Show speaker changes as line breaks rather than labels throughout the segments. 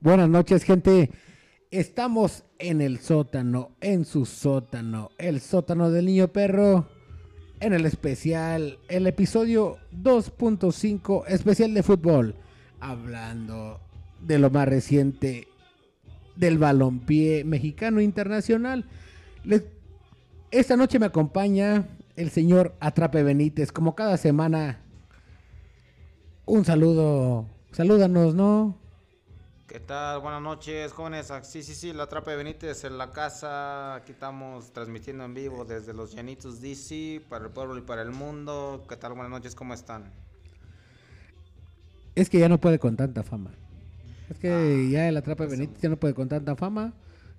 Buenas noches, gente. Estamos en el sótano, en su sótano, el sótano del niño perro, en el especial, el episodio 2.5, especial de fútbol, hablando de lo más reciente del balompié mexicano internacional. Les- Esta noche me acompaña el señor Atrape Benítez, como cada semana. Un saludo, salúdanos, ¿no?
¿Qué tal? Buenas noches, jóvenes. Ah, Sí, sí, sí, la Trapa de Benítez en la casa. Aquí estamos transmitiendo en vivo desde los Llanitos DC para el pueblo y para el mundo. ¿Qué tal? Buenas noches, ¿cómo están?
Es que ya no puede con tanta fama. Es que
Ah,
ya el atrape Benítez ya no puede con tanta fama.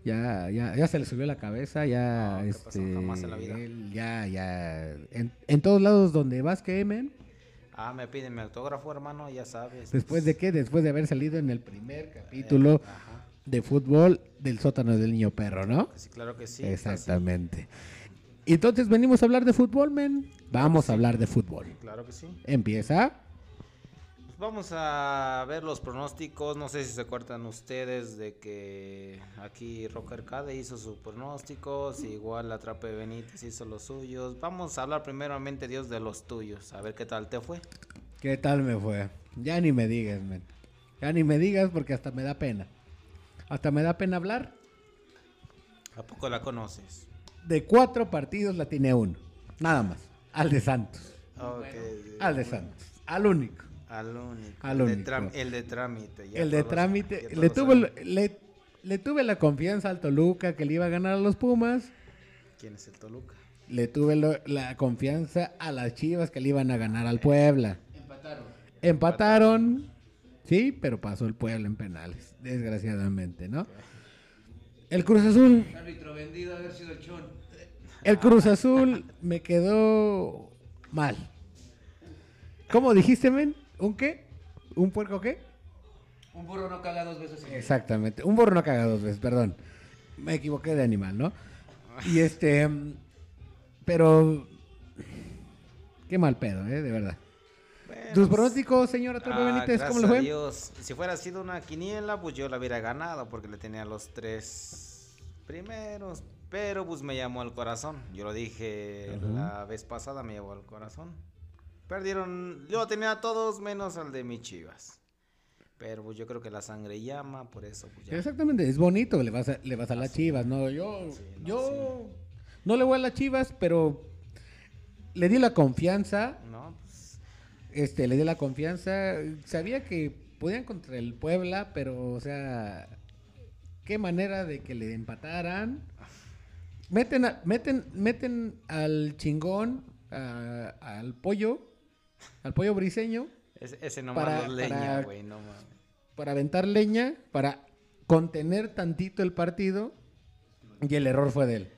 Ya, ya, ya se le subió la cabeza, ya,
No, ¿qué pasó?
este,
Jamás en la vida.
él ya, ya, en, en todos lados donde vas que men,
Ah, me piden mi autógrafo, hermano, ya sabes.
después de
pues,
qué, después de haber salido en el primer
eh,
capítulo
ajá.
de fútbol del sótano del niño perro, ¿no?
Sí, claro que sí.
Exactamente. Entonces venimos a hablar de fútbol, men. Vamos a hablar de fútbol.
Claro que sí.
Empieza.
Pues Vamos a ver los pronósticos. No sé si se acuerdan ustedes de que aquí Rock Arcade hizo sus pronósticos. Igual Atrape Benítez hizo los suyos. Vamos a hablar primeramente, Dios, de los tuyos. A ver qué tal te fue.
¿Qué tal me fue? Ya ni me digas, men. Ya ni me digas porque hasta me da pena. Hasta me da pena hablar.
¿A poco la conoces?
De cuatro partidos la tiene uno. Nada más. Al de Santos.
Ok.
Al de Santos. Al único.
Al único.
Al
el, de
único.
tram- el de trámite. ya
El de
todos-
trámite.
ya
Le
todos
tuve,
saben
le, le tuve la confianza al Toluca que le iba a ganar a los Pumas.
¿Quién es el Toluca?
Le tuve lo- la confianza a las Chivas que le iban a ganar al Puebla. Empataron. Empataron. Sí, pero pasó el Puebla en penales, desgraciadamente, ¿no? El Cruz Azul.
Árbitro vendido haber sido el chon.
El Cruz Azul me quedó mal. ¿Cómo dijiste, men? ¿Un qué? ¿Un puerco qué?
Un burro no caga dos veces en el-
Exactamente. Un burro no caga dos veces, perdón. Me equivoqué de animal, ¿no? Y este. mm, Pero. Qué mal pedo, ¿eh? De verdad.
pues,
¿Tus pronósticos, señora Torre
Ah,
Benítez? ¿Cómo le
gracias a
fue?
Dios. Si fuera sido una quiniela, pues yo la hubiera ganado porque le tenía los tres primeros. Pero pues me llamó al corazón. Yo lo dije
Ajá.
la vez pasada, me llamó al corazón. Perdieron, yo tenía a todos menos al de mis chivas. Pero pues yo creo que la sangre llama, por eso pues ya.
Exactamente, es bonito, le vas a, le vas a las chivas, ¿no? Yo,
Sí, no,
yo no le voy a las chivas, pero le di la confianza
¿No? Pues,
este, le di la confianza. Sabía que podían contra el Puebla, pero, o sea, qué manera de que le empataran. Meten, a- meten, meten al chingón, a- al pollo, al pollo briseño,
ese, ese nomás
Para-
los
para-
leña, güey, no mames.
para aventar leña, para contener tantito el partido, y el error fue de él.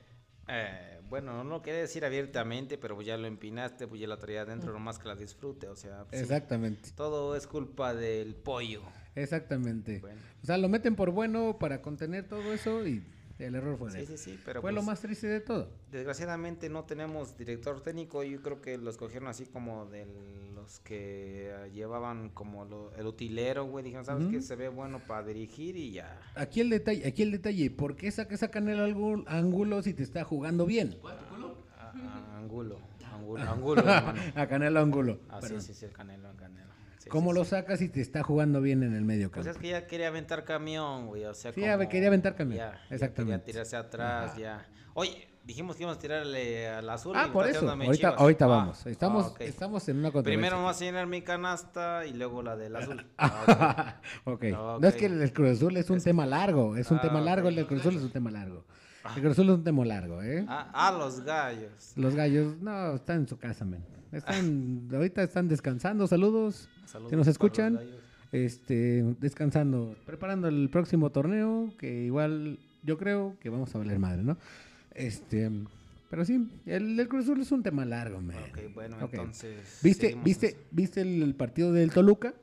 Eh, bueno, no lo quería decir abiertamente, pero pues ya lo empinaste, pues ya la traía adentro, nomás que la disfrute, o sea. pues, sí.
Exactamente,
Todo es culpa del pollo.
exactamente.
Bueno,
O sea, lo meten por bueno para contener todo eso y el error fue de
sí,
él.
sí, sí, pero
fue lo
pues,
más triste de todo.
desgraciadamente no tenemos director técnico. Yo creo que los cogieron así como de los que eh, llevaban como lo- el utilero, güey. Dijeron, ¿sabes qué?
Ujú.
Se ve bueno para dirigir y ya.
Aquí el detalle, aquí el detalle, ¿por qué saca, sacan el algún ángulo si te está jugando bien?
¿Cuál, tu culo?
A- a- Angulo, angulo, angulo, hermano.
A Canelo Ángulo.
Ah, sí, sí, sí, el canelo, el canelo. Sí,
¿Cómo
sí,
lo
sí.
sacas si te está jugando bien en el medio
Pues
campo?
es que ya quería aventar camión, güey. O sea,
Sí, ya ve- quería aventar camión,
Ya, ya
exactamente.
quería tirarse atrás,
Ajá.
ya. Oye, dijimos que íbamos a tirarle al azul.
ah,
y
por
está
eso.
tirando a mis
Ahorita,
Chivas.
ahorita
Ah,
vamos.
ah,
Estamos,
ok.
estamos en una controversia.
Primero vamos a llenar mi canasta y luego la del azul. Ah,
Ah, ok.
Ah,
No es
ok.
que el del Cruz Azul es un tema largo. Es un
Ah,
tema largo.
ok.
El del Cruz Azul es un tema largo. El Cruz Azul es un tema largo, ¿eh?
ah, los gallos.
Los gallos, no, están en su casa, men. Están, ahorita están descansando. Saludos.
Saludos
¿Sí nos
para los
escuchan?
gallos.
este, descansando, preparando el próximo torneo, que igual yo creo que vamos a valer madre, ¿no? Este, pero sí, el del Cruz Azul es un tema largo, man.
Ok, bueno,
Ok.
entonces.
¿Viste,
seguimos.
viste, viste el, partido del Toluca?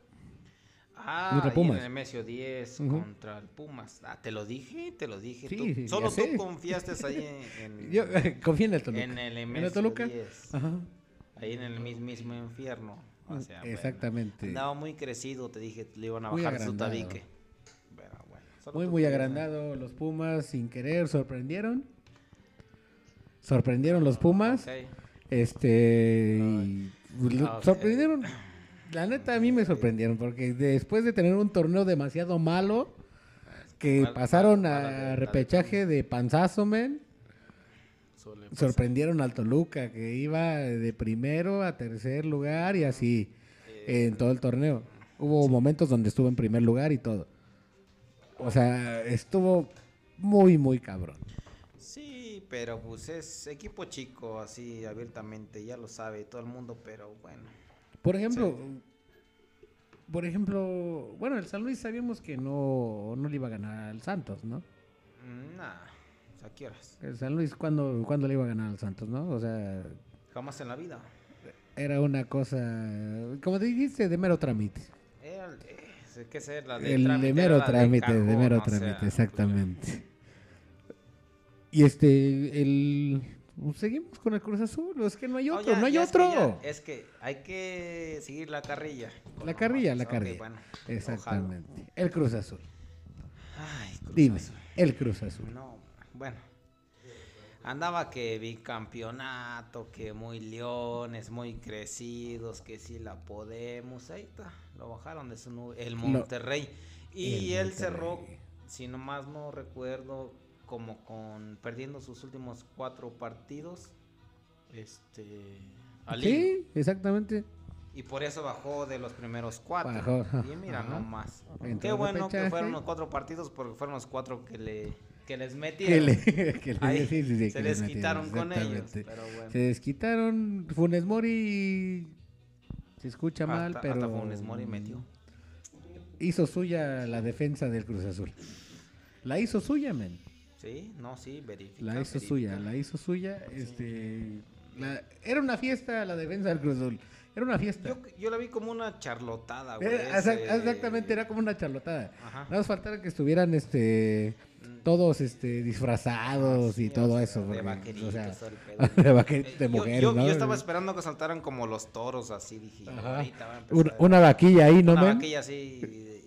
Ah,
contra
ahí
Pumas?
en el Nemesio 10
Ujú.
contra el Pumas. Ah, te lo dije, te lo dije.
Sí,
tú-
sí, ya
solo tú
sé.
confiaste ahí en, en-
Yo confío en el Toluca.
Mm. en el
¿En
Nemesio
Toluca?
10.
Ajá,
Ahí en el mismo infierno. O sea, bueno,
exactamente.
andaba muy crecido, te dije, le iban a
Muy
bajar su
agrandado.
tabique. Pero bueno. Solo
Muy,
tú
muy
quieres, ¿eh?
agrandado. Los Pumas sin querer sorprendieron. Sorprendieron los Pumas.
Ah, Ok.
Este. y lo-
Ah, ok.
Sorprendieron. La neta, a mí me sorprendieron. Porque después de tener un torneo demasiado malo. Que
Mal-
pasaron
mal- mala
a
de-
repechaje de panzazo, men.
Suele pasar.
Sorprendieron al Toluca, que iba de primero a tercer lugar y así en todo el torneo. Hubo momentos donde estuvo en primer lugar y todo. O sea, estuvo muy, muy cabrón.
Sí, pero pues es equipo chico, así abiertamente, ya lo sabe todo el mundo, pero bueno.
Por ejemplo, por ejemplo, bueno, el San Luis sabíamos que no, no le iba a ganar al Santos, ¿no?
mm, Nah, o sea, ¿qué horas?
El San Luis, ¿cuándo, cuándo le iba a ganar al Santos, no? O sea,
Jamás en la vida.
era una cosa, como dijiste, de mero trámite.
Era el- eh, ¿qué será? La de
El de
trámite,
mero
era la de
trámite, de
cajón,
mero
o sea,
trámite,
pues,
exactamente. Y este, el... Seguimos con el Cruz Azul, es que no hay
no,
otro,
ya-
no hay
ya es que
otro.
ya- Es que, hay que seguir la carrilla. Pues,
La
no
carrilla, la
manches, ok,
carrilla.
bueno,
Exactamente. El Cruz Azul.
ojalá. Ay, Cruz
Dime,
Azul.
el Cruz Azul.
No, bueno. Andaba que bicampeonato, que muy leones, muy crecidos, que sí la podemos. Ahí está, lo bajaron de su nube. El Monterrey. Y
El
él cerró,
Monterrey.
si nomás no recuerdo, como con perdiendo sus últimos cuatro partidos. Este. al hilo.
Sí, exactamente.
Y por eso bajó de los primeros cuatro.
Bajó,
Y mira
ajá.
nomás.
Entró
Qué
de
bueno que
pechaje.
fueron los cuatro partidos porque fueron los cuatro que le que les metieron.
Que le- que le-
Ahí
sí, sí, sí,
se
que le
les
metieron,
quitaron con ellos.
exactamente.
Pero bueno.
Se desquitaron Funes Mori. Se escucha
Hasta-
mal,
hasta
pero.
Funes Mori metió.
Hizo suya la defensa del Cruz Azul. La hizo suya, men.
Sí, no, sí, verifica.
La hizo
verifica.
suya, la hizo suya. Este, la- era una fiesta la defensa del Cruz Azul. Era una fiesta.
Yo, yo la vi como una charlotada, güey.
Era- Eh, exact-
ese-
exactamente, era como una charlotada.
Ajá.
Nada más faltara que estuvieran este todos este disfrazados y
Sí,
todo
o sea,
eso.
De
porque,
vaqueritos,
o sea,
todo el pedo.
de vaqueritos,
Eh,
de
yo-
mujeres,
yo,
¿no?
yo estaba esperando que saltaran como los toros, así dije.
Ajá.
Ahorita va a empezar
una,
el-
una vaquilla ahí, ¿no,
una
men?
vaquilla así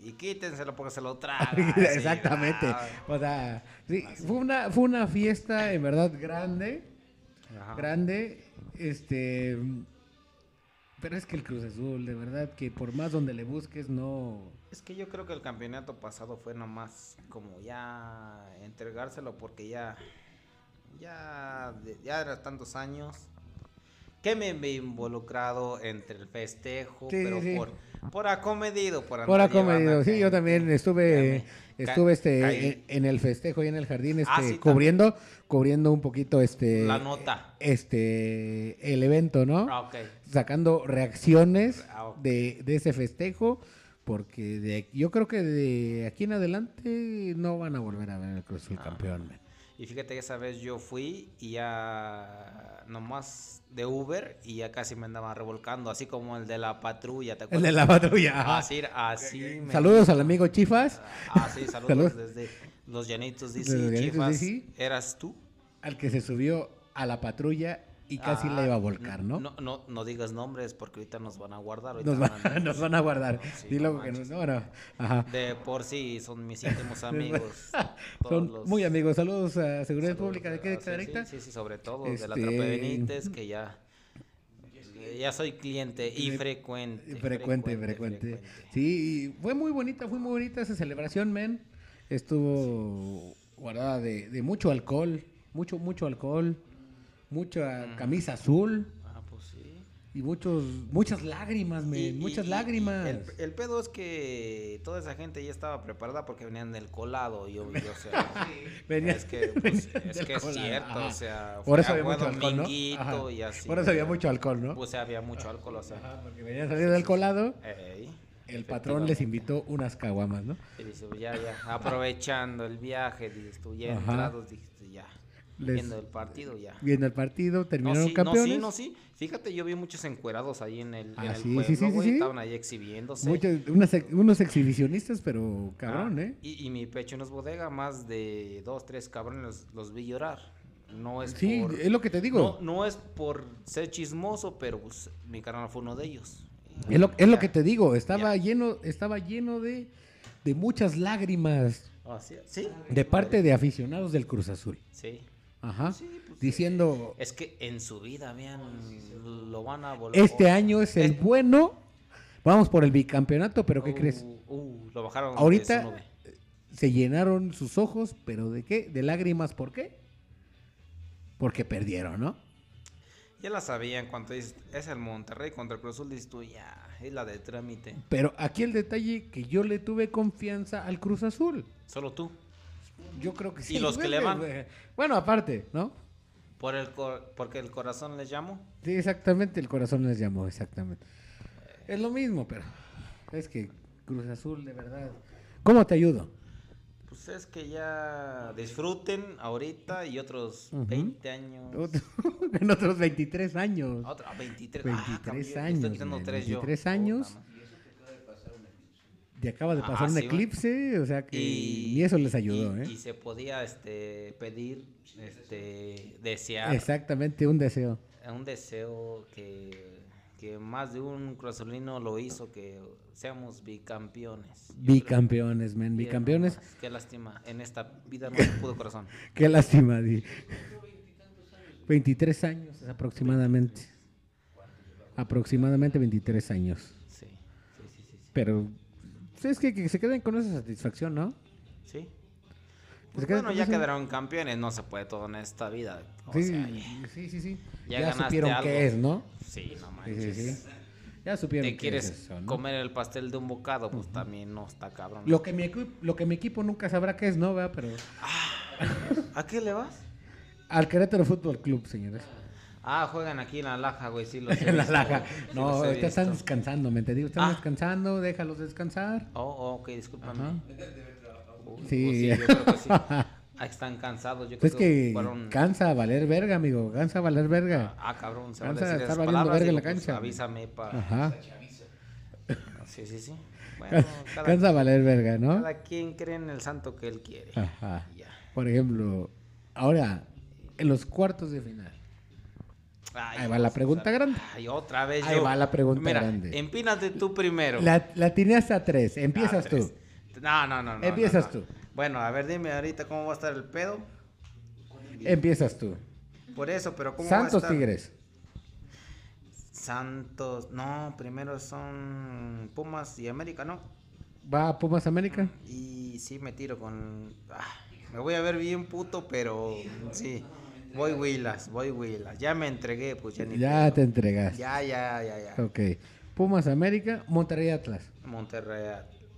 y, y quítenselo porque se lo traga. así,
Exactamente.
ah,
O sea, sí, fue una, fue una fiesta en verdad grande,
ajá.
grande. Este, pero es que el Cruz Azul, de verdad, que por más donde le busques, no.
Es que yo creo que el campeonato pasado fue nomás como ya entregárselo porque ya ya de- ya era tantos años que me he involucrado entre el festejo,
Sí,
pero
sí.
por por acomedido, por andar
Por acomedido.
llevando
Sí,
acá.
yo también estuve, eh,
Ya me ca-
estuve este,
caí.
en, en el festejo y en el jardín, este,
Ah, sí, también.
cubriendo, cubriendo un poquito este,
La nota.
este, el evento, ¿no?
Ah, ok.
Sacando reacciones
Ah, ok.
de, de ese festejo, porque de, yo creo que de aquí en adelante no van a volver a ver el Cruz Azul
Ah.
campeón. man.
Y fíjate que esa vez yo fui y ya nomás de Uber y ya casi me andaba revolcando, así como el de la patrulla, ¿te
El
acuerdas?
de la patrulla.
Así, así me-
Saludos al amigo Chifas,
Ah, sí, saludos
Saludos.
desde los llanitos
Desde
dice
los Llanitos
Chivas.
DC.
¿Eras tú?
al que se subió a la patrulla y casi
Ah,
la iba a volcar, ¿no?
No, no, no digas nombres porque ahorita nos van a guardar. ahorita
Nos,
van
va-
a-
nos van a guardar.
Sí,
Dilo
no
que no,
manches.
no, no. Ajá.
De por sí son mis íntimos amigos.
Son
todos los-
muy amigos. Saludos a Seguridad
saludos,
Pública de
¿verdad?
Querétaro
Sí,
Directa.
Sí, sí, sí, sobre todo de la
Este-
Trape Benítez que ya... Ya soy cliente y frecuente.
frecuente, frecuente, Sí, y fue muy bonita, fue muy bonita esa celebración, men. Estuvo guardada de, de mucho alcohol, mucho, mucho alcohol, mucha camisa azul
Ah, pues sí.
y muchos, muchas lágrimas, men,
Y- y-
muchas
y- y
lágrimas.
El, el pedo es que toda esa gente ya estaba preparada porque venían del colado. Yo, yo, o sea,
Venía-
es que, pues, es,
del
que es
colado,
cierto,
ajá.
o sea,
Por
fue
eso había
agua
mucho alcohol, ¿no?
dominguito
Ajá.
y así, Pues,
Por eso había
¿verdad?
mucho alcohol, ¿no?
O sea, había mucho alcohol, o sea.
Ajá, porque venía a salir del colado.
ey,
El patrón les
efectivamente.
invitó unas caguamas, ¿no?
Y dice, "Pues ya, ya, aprovechando el viaje, dices tú, ya
Ajá.
entrados, dijiste, ya,
Les-
viendo el partido, ya.
Viendo el partido,
No,
terminaron
sí, no,
campeones.
sí, no, sí. Fíjate, yo vi muchos encuerados ahí en el,
Ah,
en el
sí, sí,
pueblo,
sí, sí,
güey,
sí.
estaban ahí exhibiéndose.
Muchas- unas ex- unos exhibicionistas, pero cabrón,
Ah,
¿eh?
Y, y mi pecho no es bodega, más de dos, tres cabrones los, los vi llorar. No es
Sí,
pues por...
es lo que te digo.
No, no es por ser chismoso, pero pues, mi carnal fue uno de ellos.
es, lo, es lo que te digo. Estaba
Ya.
lleno, estaba lleno de, de muchas lágrimas.
Ah, sí. ¿Sí?
De parte de aficionados del Cruz Azul.
Sí.
Ajá.
Sí, pues,
Diciendo,
Es que en su vida, vean, lo van a volver.
este año es el
Es-
bueno, vamos por el bicampeonato, pero ¿qué crees?
Uh, uh, lo bajaron. de
Ahorita-
su nube.
Se llenaron sus ojos, pero ¿de qué? De lágrimas, ¿por qué? Porque perdieron, ¿no?
Ya la sabían cuando dices, es el Monterrey contra el Cruz Azul, dices tú, ya, es la de trámite.
Pero aquí el detalle que yo le tuve confianza al Cruz Azul.
Solo tú.
Yo creo que sí.
los que
güey,
le van.
güey. Bueno, aparte, ¿no?
Por el cor- porque el corazón les llamo.
Sí, exactamente, el corazón les llamó, exactamente. Es lo mismo, pero es que Cruz Azul, de verdad. ¿Cómo te ayudo?
Pues es que ya disfruten ahorita y otros
Ujú.
20 años.
Otro- en otros 23 años.
Otra, 23,
23
ah,
años,
años. Estoy quitando
man,
tres yo.
23
Puta
años.
madre.
Te acaba de
Ah,
pasar un
sí, va.
eclipse, o sea que. Y, eso les ayudó,
y-
¿eh?
Y se podía este, pedir, este, desear
Exactamente, un deseo.
un deseo que, que más de un cruzolino lo hizo, que seamos bicampeones. Yo creo-
Bicampeones, men,
Mira
bicampeones.
nomás, Qué lástima, en esta vida no se pudo corazón.
Qué lástima, Di. 23 años aproximadamente. Aproximadamente 23 años.
Sí, sí, sí, sí. sí.
Pero pues, es que, que se queden con esa satisfacción, ¿no?
Sí.
Pues
Pues
queda-
bueno, ya
pues, sí.
quedaron campeones, no se puede todo en esta vida. O
sí,
sea, ya-
sí, sí, sí.
ya
Ya,
ganaste
supieron qué
algo.
es, ¿no?
sí,
Sí,
no
sí,
manches.
sí. Ya supieron
Te
qué
quieres
es eso, ¿no?
comer el pastel de un bocado, pues también no está cabrón.
Lo que, mi equi- lo que mi equipo nunca sabrá qué es, ¿no? ¿Verdad? Pero
¿A qué le vas?
al Querétaro Fútbol Club, señores.
Ah, juegan aquí en la laja, güey, sí los he
En la
visto,
laja.
sí
No,
los he
ahorita están
visto.
descansando, me te digo. Están
Ah.
descansando, déjalos descansar.
Oh, oh, ok, discúlpame.
Ajá.
Uy, pues
Sí.
sí, yo creo que sí. Ah, están cansados, yo
Pues
creo
que
fueron-
cansa a valer verga, amigo. Cansa a valer verga.
Ah, cabrón, se va a
Cansa de estar
decir esas
valiendo
palabras.
verga en
digo,
la
pues,
cancha.
avísame para...
Ajá.
Sí, sí, sí. Bueno, cada,
Cansa a valer verga, ¿no? Ah.
cada quien cree en el santo que él quiere.
Ajá.
Ya.
Por ejemplo, ahora, en los cuartos de final.
Ay,
Ahí va la
vas a
pregunta
usar-
grande.
Ay, otra vez
Ahí
yo.
va la pregunta
Mira,
grande.
empínate tú primero.
La, la atiné hasta tres.
Ah,
Empiezas tú.
tres. No, no, no, no.
Empiezas
no, no.
tú.
Bueno, a ver, dime ahorita cómo va a estar el pedo.
Empiezas tú.
Por eso, pero cómo va a
Santos
estar.
Tigres.
Santos. No, primero son Pumas y América, ¿no?
¿Va a Pumas América?
Y sí me tiro con. ah, me voy a ver bien puto, pero sí. Voy Willas, voy Willas. Ya me entregué, pues ya ni.
Ya te
pedo.
entregas.
Ya, ya, ya, ya.
Ok. Pumas América, Monterrey Atlas.
Monterrey.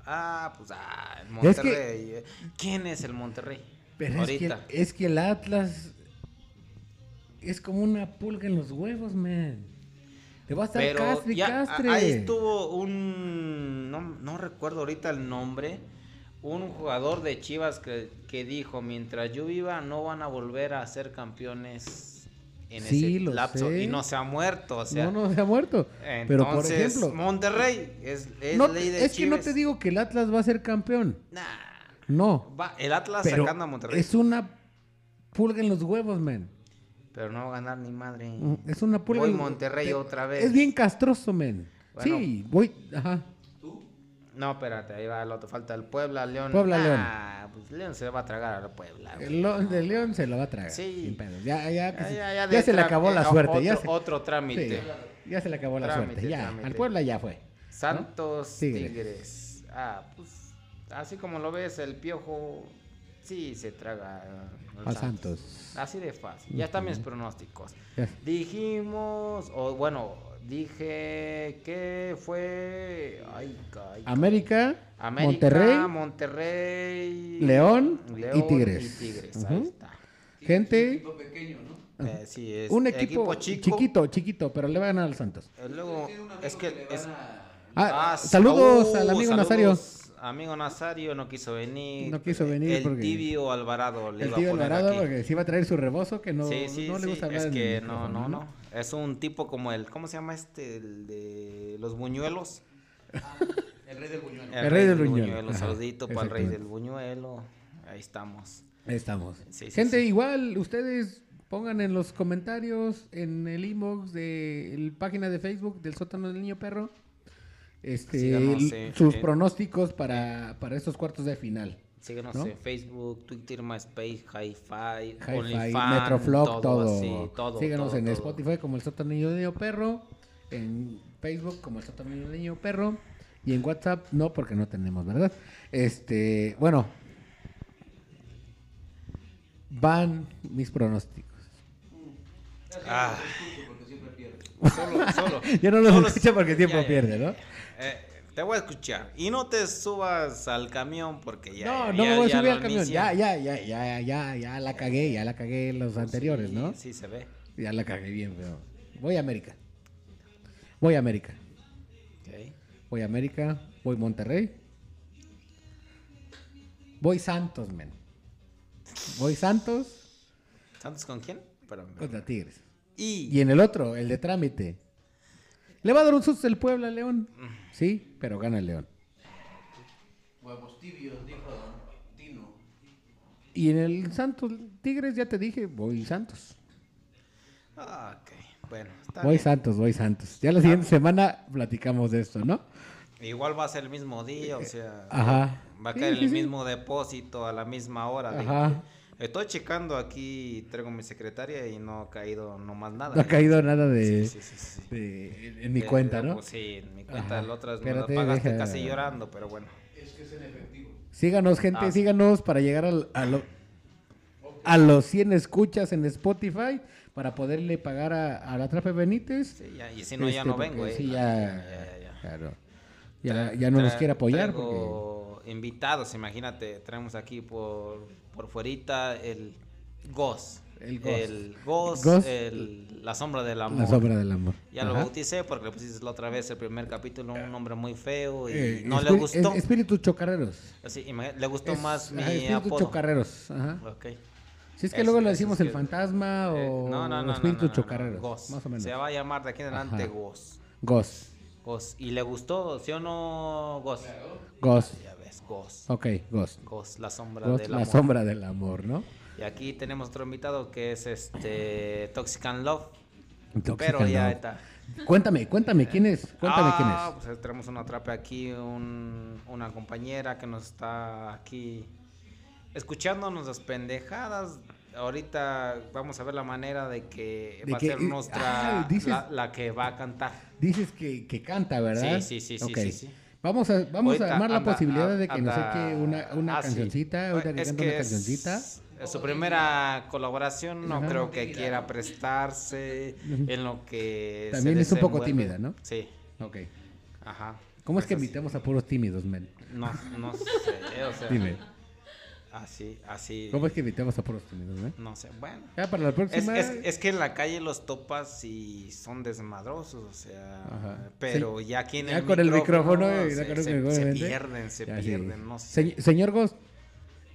Ah, pues ah, el
Es que-
Monterrey. eh. ¿Quién es el Monterrey?
Pero es que,
Ahorita.
es que el Atlas es como una pulga en los huevos, man. Te va a estar
Pero
castre y
ya, a-
castre.
ahí estuvo un. No, no recuerdo ahorita el nombre. Un jugador de Chivas que, que dijo: Mientras yo viva, no van a volver a ser campeones en
Sí,
ese
lo
lapso.
sé.
Y no se ha muerto, o sea.
no, no se ha muerto. Pero por
entonces,
ejemplo,
Monterrey es, es
no-
ley de
es que no
Chivas.
te digo que el Atlas va a ser campeón.
Nah,
No.
va, el Atlas
Pero
sacando a Monterrey.
es una pulga en los huevos, man.
Pero no va a ganar ni madre.
Mm, Es una pulga.
Voy
en los-
Monterrey
te-
otra vez.
Es bien castroso, man.
Bueno.
Sí, voy. Ajá.
No, espérate, ahí va el otro. Falta el Puebla, León.
Puebla, León.
Ah, pues León se va a tragar al Puebla. güey.
El lo- de León se lo va a tragar.
Sí.
sin pedo. Ya, ya, que
Ya,
se-
ya, ya
ya
de
se le
tra-
acabó la
eh, o-
suerte.
Otro,
ya se-
otro trámite.
Sí, ya se le acabó la
Trámite,
suerte. Ya,
trámite.
al Puebla ya fue.
Santos,
¿No? Tigres.
Tigres. Ah, pues así como lo ves, el piojo sí se traga eh, al
A Santos.
Así de fácil. Ya están mis pronósticos.
Ya.
Dijimos, o bueno, dije que fue. Ay, ay,
América,
América,
Monterrey.
Monterrey,
León y Tigres.
y Tigres,
Ujú.
ahí está.
gente,
Equipo pequeño, ¿no?
Eh, sí, es
un equipo, chiquito, chiquito, pero le va a ganar al Santos.
Eh, Luego,
Tiene un amigo
es que...
le
es-
van a-
Ah,
ah,
saludos
uh,
al amigo
saludos,
Nazario.
Amigo Nazario no quiso venir.
No quiso venir
El
porque-
tibio Alvarado le
El
iba
tío
a poner
Alvarado,
aquí.
porque sí va a traer su rebozo, que no,
sí, sí,
no le
sí,
gusta hablar.
es
en el
que no,
micrófono,
no, no. Es un tipo como el, ¿cómo se llama este? El de los buñuelos.
El rey del buñuelo.
Eh,
El rey del buñuelo,
buñuelo.
ajá,
Saludito para el rey
exactamente.
del buñuelo. Ahí estamos.
Ahí Estamos.
Sí, sí,
gente,
sí.
igual, ustedes pongan en los comentarios, en el inbox de la página de Facebook del sótano del niño perro, este,
Síganos,
l-
sí,
sus
eh.
pronósticos para, para estos cuartos de final.
Síguenos
¿No?
en Facebook, Twitter, MySpace, Hi-Fi,
Hi-Fi,
OnlyFans,
Metroflog, todo.
así, todo,
Síganos
todo,
en
todo.
Spotify como el Sotanillo Niño Perro, en Facebook como el Sotanillo Niño Perro y en WhatsApp no porque no tenemos, ¿verdad? Este, bueno, van mis pronósticos.
Ah.
porque siempre pierdo.
Solo, solo.
Yo no los
Solo-
escucho porque
ya,
tiempo
ya.
pierde, ¿no?
Eh, te voy a escuchar. Y no te subas al camión porque ya.
no,
ya-
no me voy a
ya
subir
lo
al camión. Ya,
inician.
ya, ya, ya, ya, ya la cagué, ya la cagué en los anteriores,
Sí,
¿no?
Sí, se ve.
Ya la cagué bien, pero voy a América. Voy a América.
Ok.
Voy a América, voy Monterrey. Voy Santos, men. Voy Santos
¿Santos con quién? Perdón.
contra Tigres.
Y,
Y en el otro, el de trámite. Le va a dar un susto el Puebla al León. Sí, pero gana el León.
Huevos tibios, dijo Don Tino.
Y en el Santos Tigres, ya te dije, voy Santos.
Ah, ok. Bueno, está
Voy
bien.
Santos, voy Santos. Ya la siguiente semana platicamos de esto,
Ah,
¿no?
Igual va a ser el mismo día, o sea.
Ajá.
Va a
Sí,
caer
sí,
el
sí.
mismo depósito a la misma hora. de
Ajá.
que- Estoy checando aquí, traigo mi secretaria y no ha caído nomás nada.
No ha caído nada de,
Sí, sí, sí, sí, sí.
de- en, en mi
Eh,
cuenta, ¿no?
pues Sí, en mi cuenta.
Ajá.
La otra vez
Espérate,
me la pagaste
deja-
casi llorando, pero bueno.
Es que es en efectivo.
Síganos, gente,
Ah.
síganos para llegar al- a, lo- a los 100 escuchas en Spotify para poderle pagar a, a la Trafe Benítez.
Sí, ya, y si no, ya
Este,
no vengo.
porque
eh,
sí,
la
ya,
neta, ya, ya, ya.
claro. Ya- ya no nos
Tra-
quiere apoyar. Porque,
traigo invitados, imagínate. Traemos aquí por, por fuerita el Goz.
El Goz.
El Goz,
Goz.
el- la sombra del amor.
la sombra del amor.
Ya lo
Ajá.
bauticé porque le pusiste la otra vez el primer capítulo, un nombre muy feo y
Eh,
no le
espíri-
gustó.
es- espíritus chocarreros.
Así, imagi- le gustó
Es-
más mi
ajá, espíritus
apodo.
chocarreros. Ajá.
Ok.
Si es que
Es-
luego le
es-
decimos
es
el
que-
fantasma
Eh,
o
no, no, no.
espíritus
no, no, no,
chocarreros.
Goz.
Más o menos.
Se va a llamar de aquí en adelante
Ajá.
Goz.
Goz.
Goz. Y le gustó, ¿sí o no, Goz?
Goz.
Ya ves, Goz.
Ok, Goz.
Goz, la sombra
Goz,
del
la
amor.
sombra del amor, ¿no?
Y aquí tenemos otro invitado que es este Toxic and Love.
Toxic
pero
and
ya
Love.
está.
Cuéntame, cuéntame quién es. Cuéntame
ah,
quién es.
pues tenemos una trapa aquí, un- una compañera que nos está aquí escuchándonos las pendejadas. Ahorita vamos a ver la manera de que
De
va
que-
a ser nuestra,
ah, dices-
la, la que va a cantar.
Dices que, que canta, ¿verdad?
Sí, sí, sí, sí,
Ok.
sí, sí.
Vamos a, vamos a
Ahorita
armar la
anda-
posibilidad de que
anda-
nos eche una, una
ah, sí.
cancioncita, ahorita que
Es
cante una
que es
cancioncita.
Su primera colaboración no
Ajá.
creo que quiera prestarse en lo que... se
También es un poco
desenvuelve.
tímida, ¿no?
Sí,
Ok.
ajá.
¿Cómo es que
Entonces,
invitamos a puros tímidos, men?
No, no sé, o sea...
Dime.
Así, así.
¿Cómo es que invitamos a puros tímidos, men?
No sé, bueno.
Ya para la
Es,
próxima.
es- es que en la calle los topas y son desmadrosos, o sea,
Ajá.
pero ya aquí en
Ya con el micrófono, eh, ya
se,
con el
se-
micrófono,
se
obviamente.
pierden, se
Ya, sí.
pierden, no sé.
Se- señor Goss,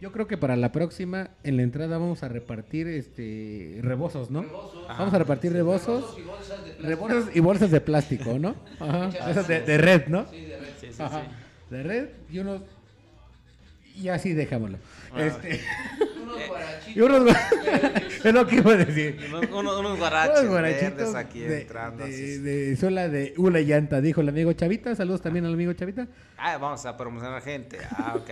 yo creo que para la próxima, en la entrada vamos a repartir este rebozos, ¿no?
Ajá.
Vamos a repartir rebozos.
Bolsos y bolsas de plástico.
Rebozos y bolsas de plástico, ¿no? Ajá. Esas de, de red, ¿no?
Sí, de red.
Sí, sí, sí.
Ajá. De red y unos. Y así dejámoslo.
Ah.
Este,
Eh,
Unos
y
guarachitos.
unos. es lo que iba a decir.
Unos, unos, unos
Unos
guaraches
guarachitos
verdes aquí
de,
entrando.
de-
así.
de suela de una llanta, dijo el amigo Chavita. Saludos también al amigo Chavita.
Ah, vamos a promocionar gente. Ah, ok.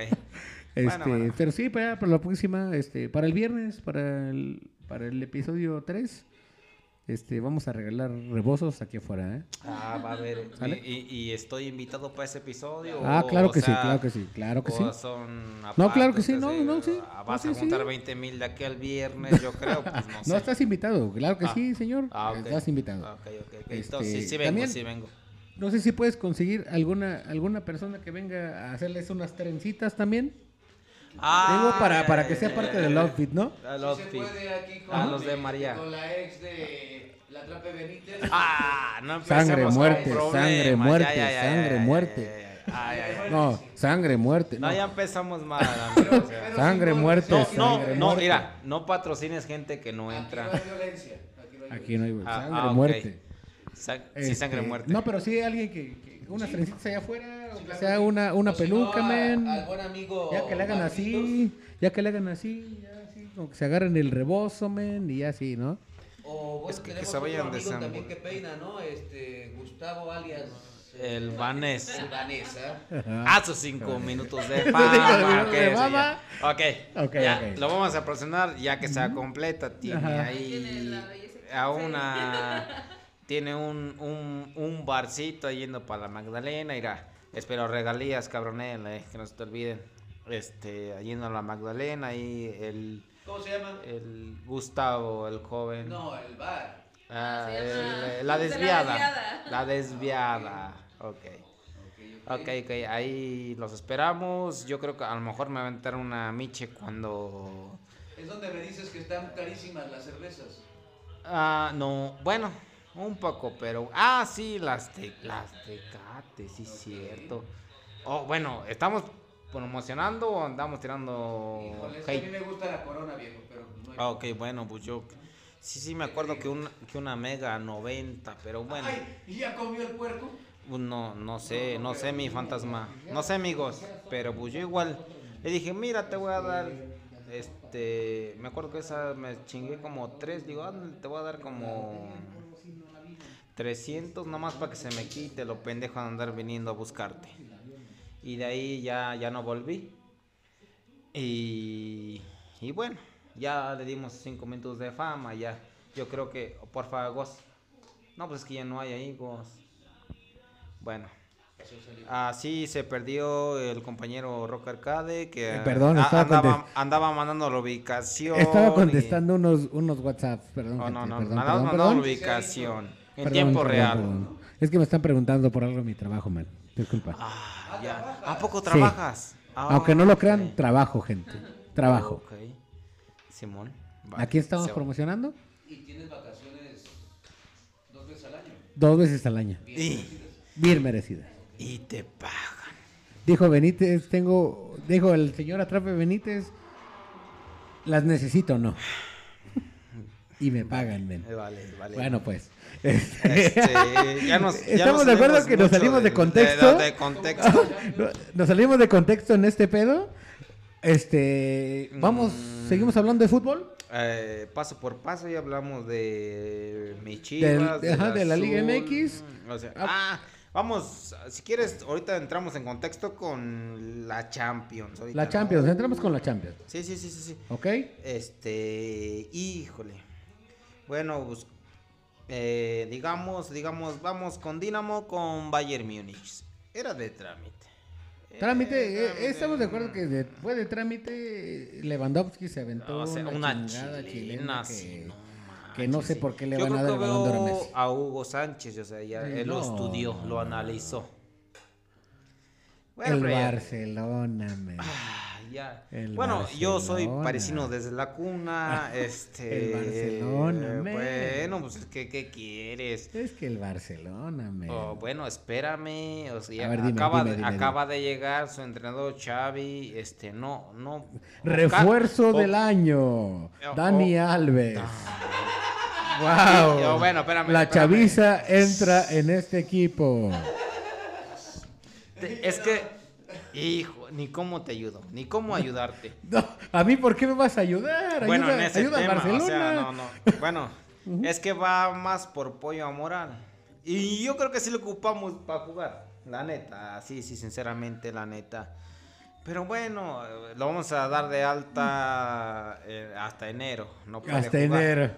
Este,
Bueno, bueno.
Pero sí, para, para la próxima, este, para el viernes, para el, para el episodio 3, este, vamos a regalar rebozos aquí afuera. ¿eh?
Ah, va a haber.
¿Sale?
Y, y- y estoy invitado para ese episodio?
Ah,
o-
claro
Oh, o
que sí,
sea,
claro que sí, claro que sí.
o son
No, claro que sí,
aparte,
no, no, sí.
ah, Vas
No,
a
sí,
juntar
sí.
20 mil de aquí al viernes, yo creo. Pues no, sé.
No, estás invitado, claro que
Ah.
sí, señor.
Ah, ok.
Estás invitado.
Ah, Ok, ok, ok.
Este,
Entonces, sí, sí vengo,
también-
sí vengo.
No sé si puedes conseguir alguna, alguna persona que venga a hacerles unas trencitas también. Digo, para, para que sea parte del outfit, ¿no?
Al
Sí se
outfit.
puede aquí con,
A los de María.
con la ex de la Trape Benítez.
Ah, no
Sangre,
empecemos con
muerte,
problemas.
sangre,
Ya,
muerte,
ya, ya,
sangre,
ya, ya,
muerte.
ya, ya, ya, ya, ya.
No, sangre, muerte. No,
No, ya empezamos mal. amigo, o sea.
Pero
Sangre,
sin gol-
muerte,
No,
sangre,
no, no,
muerte.
mira, no patrocines gente que no
Aquí
entra.
no hay violencia. Aquí no hay
Aquí no hay
Ah,
sangre,
ah, ok.
muerte.
Sa-
Este,
sí, sangre muerte.
No, pero sí alguien que, que unas trencitas allá afuera, o que
claro.
sea una, una
O si no,
peluca,
a-
men.
Al buen amigo.
Ya que le hagan
Marquitos,
así, ya que le hagan así, ya así, como que se agarren el rebozo, men, y ya así, ¿no?
O bueno,
Es que- que
tenemos
se
otro
vayan
amigo
de San
también
Juan.
que peina, ¿no? Este, Gustavo alias
El Vanés.
El Vanessa.
Ah.
A sus cinco minutos de
cinco
fama.
minutos
ok,
de
eso
fama.
ya. Ok,
Ok,
ya,
ok.
Lo vamos a presionar ya que sea completa. Tiene
Ajá.
Tiene
ahí
la belleza que
a
posee.
una. Tiene un, un, un barcito yendo para la Magdalena. Irá. Espero regalías, cabronela, eh, que no se te olviden. Este, yendo a la Magdalena. Ahí el,
¿Cómo se llama?
el Gustavo, el joven.
No, el bar.
Ah,
Se llama-
el- la
de la
desviada.
desviada.
La desviada. Ok. Ok, ok, ahí los esperamos. Yo creo que a lo mejor me va a aventar una miche cuando...
Es donde me dices que están carísimas las cervezas.
Ah, no, bueno, un poco, pero... Ah, sí, las, te... las tecates, sí,
Ok.
cierto. Oh, bueno, ¿estamos promocionando o andamos tirando
Híjole, es que a mí
hate?
me gusta la corona, viejo, pero no hay.
Ah, ok, bueno, pues yo... Sí, sí, me acuerdo que una, que una mega 90, pero bueno,
Ay, ¿y ya comió el puerco?
pues, no, no sé,
No,
no sé mi fantasma, no sé amigos, pero pues yo igual le dije, mira, te voy a dar Este, me acuerdo que esa me chingué como tres, digo, ándale, te voy a dar como 300 nomás para que se me quite lo pendejo de andar viniendo a buscarte. Y de ahí ya, ya no volví. Y, y bueno, ya le dimos 5 minutos de fama, ya. Yo creo que, porfa, Goz. No, pues es que ya no hay ahí, Goz. Bueno. Así se perdió el compañero Rock Arcade que ah,
Eh, perdón, estaba
andaba,
contest-
andaba mandando la ubicación. y-
Estaba contestando unos, unos WhatsApps, perdón.
Oh, no,
gente,
no,
perdón,
mandaba
perdón,
mandando la
perdón.
ubicación. En
Perdón,
tiempo
perdón,
real.
perdón. Es que me están preguntando por algo de mi trabajo, man. Disculpa.
Ah,
Ah,
ya.
¿trabajas?
¿A poco
Sí.
trabajas? Ah,
Aunque no lo
ok.
crean, trabajo, gente. Trabajo.
Ok. Simón. vale,
Aquí estamos
se va.
promocionando
Y tienes vacaciones dos veces al año.
dos veces al año.
Bien
Y-
merecidas.
Bien merecidas.
Y te pagan.
Dijo Benítez, tengo, dijo el señor Atrape Benítez, las necesito o no. Y me pagan, men.
Eh, Vale, vale.
Bueno, pues.
Este, ya nos- ya
Estamos
nos
de acuerdo
salimos
que nos
mucho
salimos de
del-
contexto.
de contexto.
Nos salimos de contexto en este pedo. Este, vamos,
Mm.
seguimos hablando de fútbol.
Eh, paso por paso ya hablamos de mi Chivas,
Del- ajá, de la
Azul,
Liga MX.
o sea,
Ah.
ah, vamos, si quieres, ahorita entramos en contexto con la Champions. ahorita,
La
¿no?
Champions, entramos con la Champions,
Sí, sí, sí, sí, sí.
¿ok?
Este, híjole. Bueno, pues, eh, digamos, digamos, vamos con Dinamo, con Bayern Múnich. Era de trámite.
Trámite,
Eh,
eh, estamos de acuerdo que de- fue de trámite, Lewandowski se aventó
O sea,
una,
una
chingada chilena
chilena,
que-
sí, no
que no
manches,
sé
sí.
por qué le
Yo
van a
creo
dar
que
el balón de oro a
veo
Messi.
a Hugo Sánchez, o sea, ya
Eh,
él lo
no.
estudió, lo analizó.
el
pero ya-
Barcelona, men.
Ah, ya.
El
bueno, yo soy
Barcelona.
parisino desde la cuna, este...
El Barcelona,
eh,
men.
Bueno, pues, ¿qué, qué quieres?
Es que el Barcelona, men.
Oh, bueno, espérame, o sea,
A ver, dime,
acaba,
dime,
de-
dime, dime.
acaba de llegar su entrenador Xavi, este, no, no...
Refuerzo
Oca-
del año.
Oh,
Dani
oh.
Alves.
Sí,
Wow.
oh, bueno, espérame,
La
espérame.
chaviza entra en este equipo.
Te- es que, hijo, ni cómo te ayudo, ni cómo ayudarte.
No, a mí, ¿por qué me vas a ayudar? Ayuda,
bueno, en ese
ayuda a
tema,
Barcelona.
o sea, no, no. Bueno, es que va más por pollo a moral. Y yo creo que sí lo ocupamos para jugar, la neta, sí, sí, sinceramente, la neta. Pero bueno, eh, lo vamos a dar de alta eh, hasta enero. No puede
Hasta
jugar.
enero.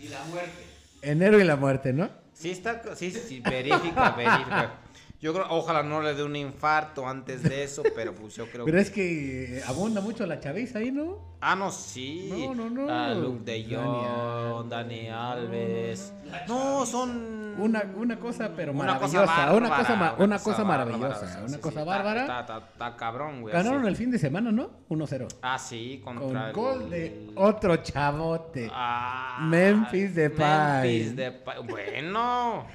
Y la muerte.
Enero y la muerte, ¿no?
Sí, está, sí, sí, sí, verifica, verifica. Yo creo, ojalá no le dé un infarto antes de eso, pero pues yo creo
Pero es que abunda mucho la chaviza ahí, ¿no?
Ah, no, sí.
No, no, no.
Ah, Luke de
Dani
Jong, Dani Alves. No, son.
Una, una cosa, pero
una
maravillosa. una,
bárbara,
cosa, ma- una cosa
bárbara,
maravillosa.
o sea,
una
sí,
cosa
sí,
bárbara.
Está, está- está cabrón, güey.
Ganaron
sí.
el fin de semana, ¿no? 1-0.
Ah, sí,
Con
contra.
gol
el-
de otro chavote.
Ah,
Memphis Depay.
Memphis Depay. Bueno.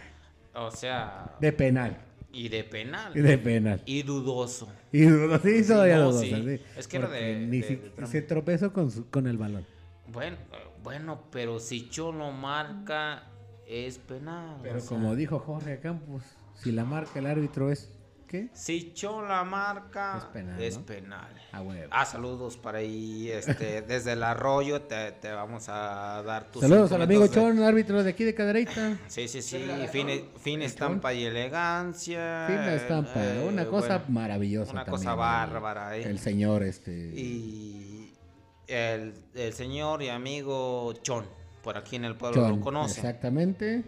O sea.
De penal.
Y de penal.
Y de penal.
Y dudoso.
Y dudoso, sí,
Sí,
todavía
no,
dudoso,
sí.
sí.
Es que era
Porque
de-
ni
de-
si-
de trampa.
se tropezó con, su- con el balón.
Bueno, bueno, pero si Cholo marca, es penal. o
Pero
sea.
como dijo Jorge Campos, si la marca el árbitro es ¿Qué?
Si Chola marca,
Es penal,
es
¿no?
penal.
A huevo.
Ah, saludos para ahí, este, desde el arroyo te, te vamos a dar tus
Saludos
cinco
al amigo
minutos de-
Chon, árbitro de aquí de Cadereyta.
Sí, sí, sí,
Pero,
fin,
¿no?
fin estampa y elegancia.
Fina estampa,
eh,
una cosa
bueno,
maravillosa.
Una
también,
cosa
¿no?
bárbara. eh.
El señor, este.
Y el, el señor y amigo Chon, por aquí en el pueblo
Chon,
lo conoce.
Exactamente.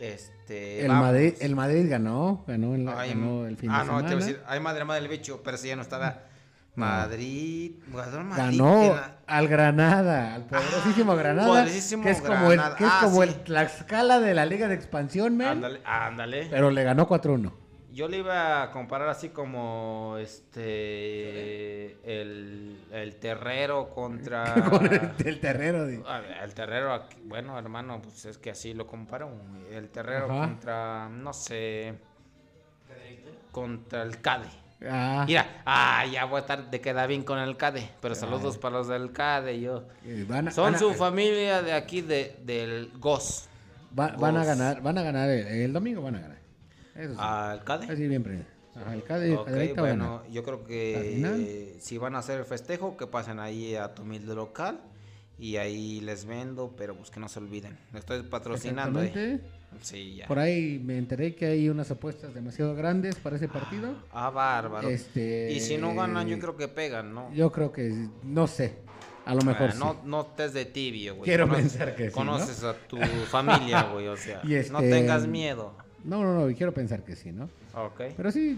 Este,
El
vamos.
Madrid, el Madrid ganó, ganó, el,
Ay,
ganó el fin
ah,
de
no, te
semana.
iba a decir, ay, madre, madre del bicho, pero si ya no estaba. Madrid, ganó el Madrid.
ganó
en la-
al Granada, al poderosísimo
Ah,
Granada,
poderosísimo
que es como el
Granada.
que es
Ah,
como
sí.
el Tlaxcala de la Liga de Expansión, men,
Ándale, ándale.
pero le ganó 4-1.
Yo le iba a comparar así como este el, el terrero contra
Con el, el terrero de-
A ver, el terrero aquí- bueno, hermano, pues es que así lo comparo. güey. El terrero
Ajá.
contra no sé contra el CADE.
Ah,
Mira, ah, ya voy a estar de queda bien con el CADE, pero saludos para los del CADE. Yo.
eh, van a, van
Son
a-
su familia de aquí de del GOS.
va- van a
Gos.
ganar, van a ganar el, el domingo van a ganar. Eso sí.
¿Al CADE?
Así bien premio. Ajá, el Cádiz,
Ah. Ok,
Cadereyta van a-
bueno, yo creo
¿La
que
final?
eh, si van a hacer el festejo, que pasen ahí a tu humilde local y ahí les vendo, pero pues que no se olviden. Me Estoy patrocinando. eh.
Exactamente.
Sí, ya.
Por ahí me enteré que hay unas apuestas demasiado grandes para ese partido.
Ah, bárbaro.
Este-
Y si no ganan, yo creo que pegan, ¿no?
Yo creo que no sé. A lo mejor
Ah, no,
sí.
no estés de tibio, güey.
Quiero pensar que sí, ¿no?
Conoces a tu familia, güey, o sea,
Y este-
no tengas miedo.
No, no, no, quiero pensar que sí, ¿no?
Ok.
Pero sí,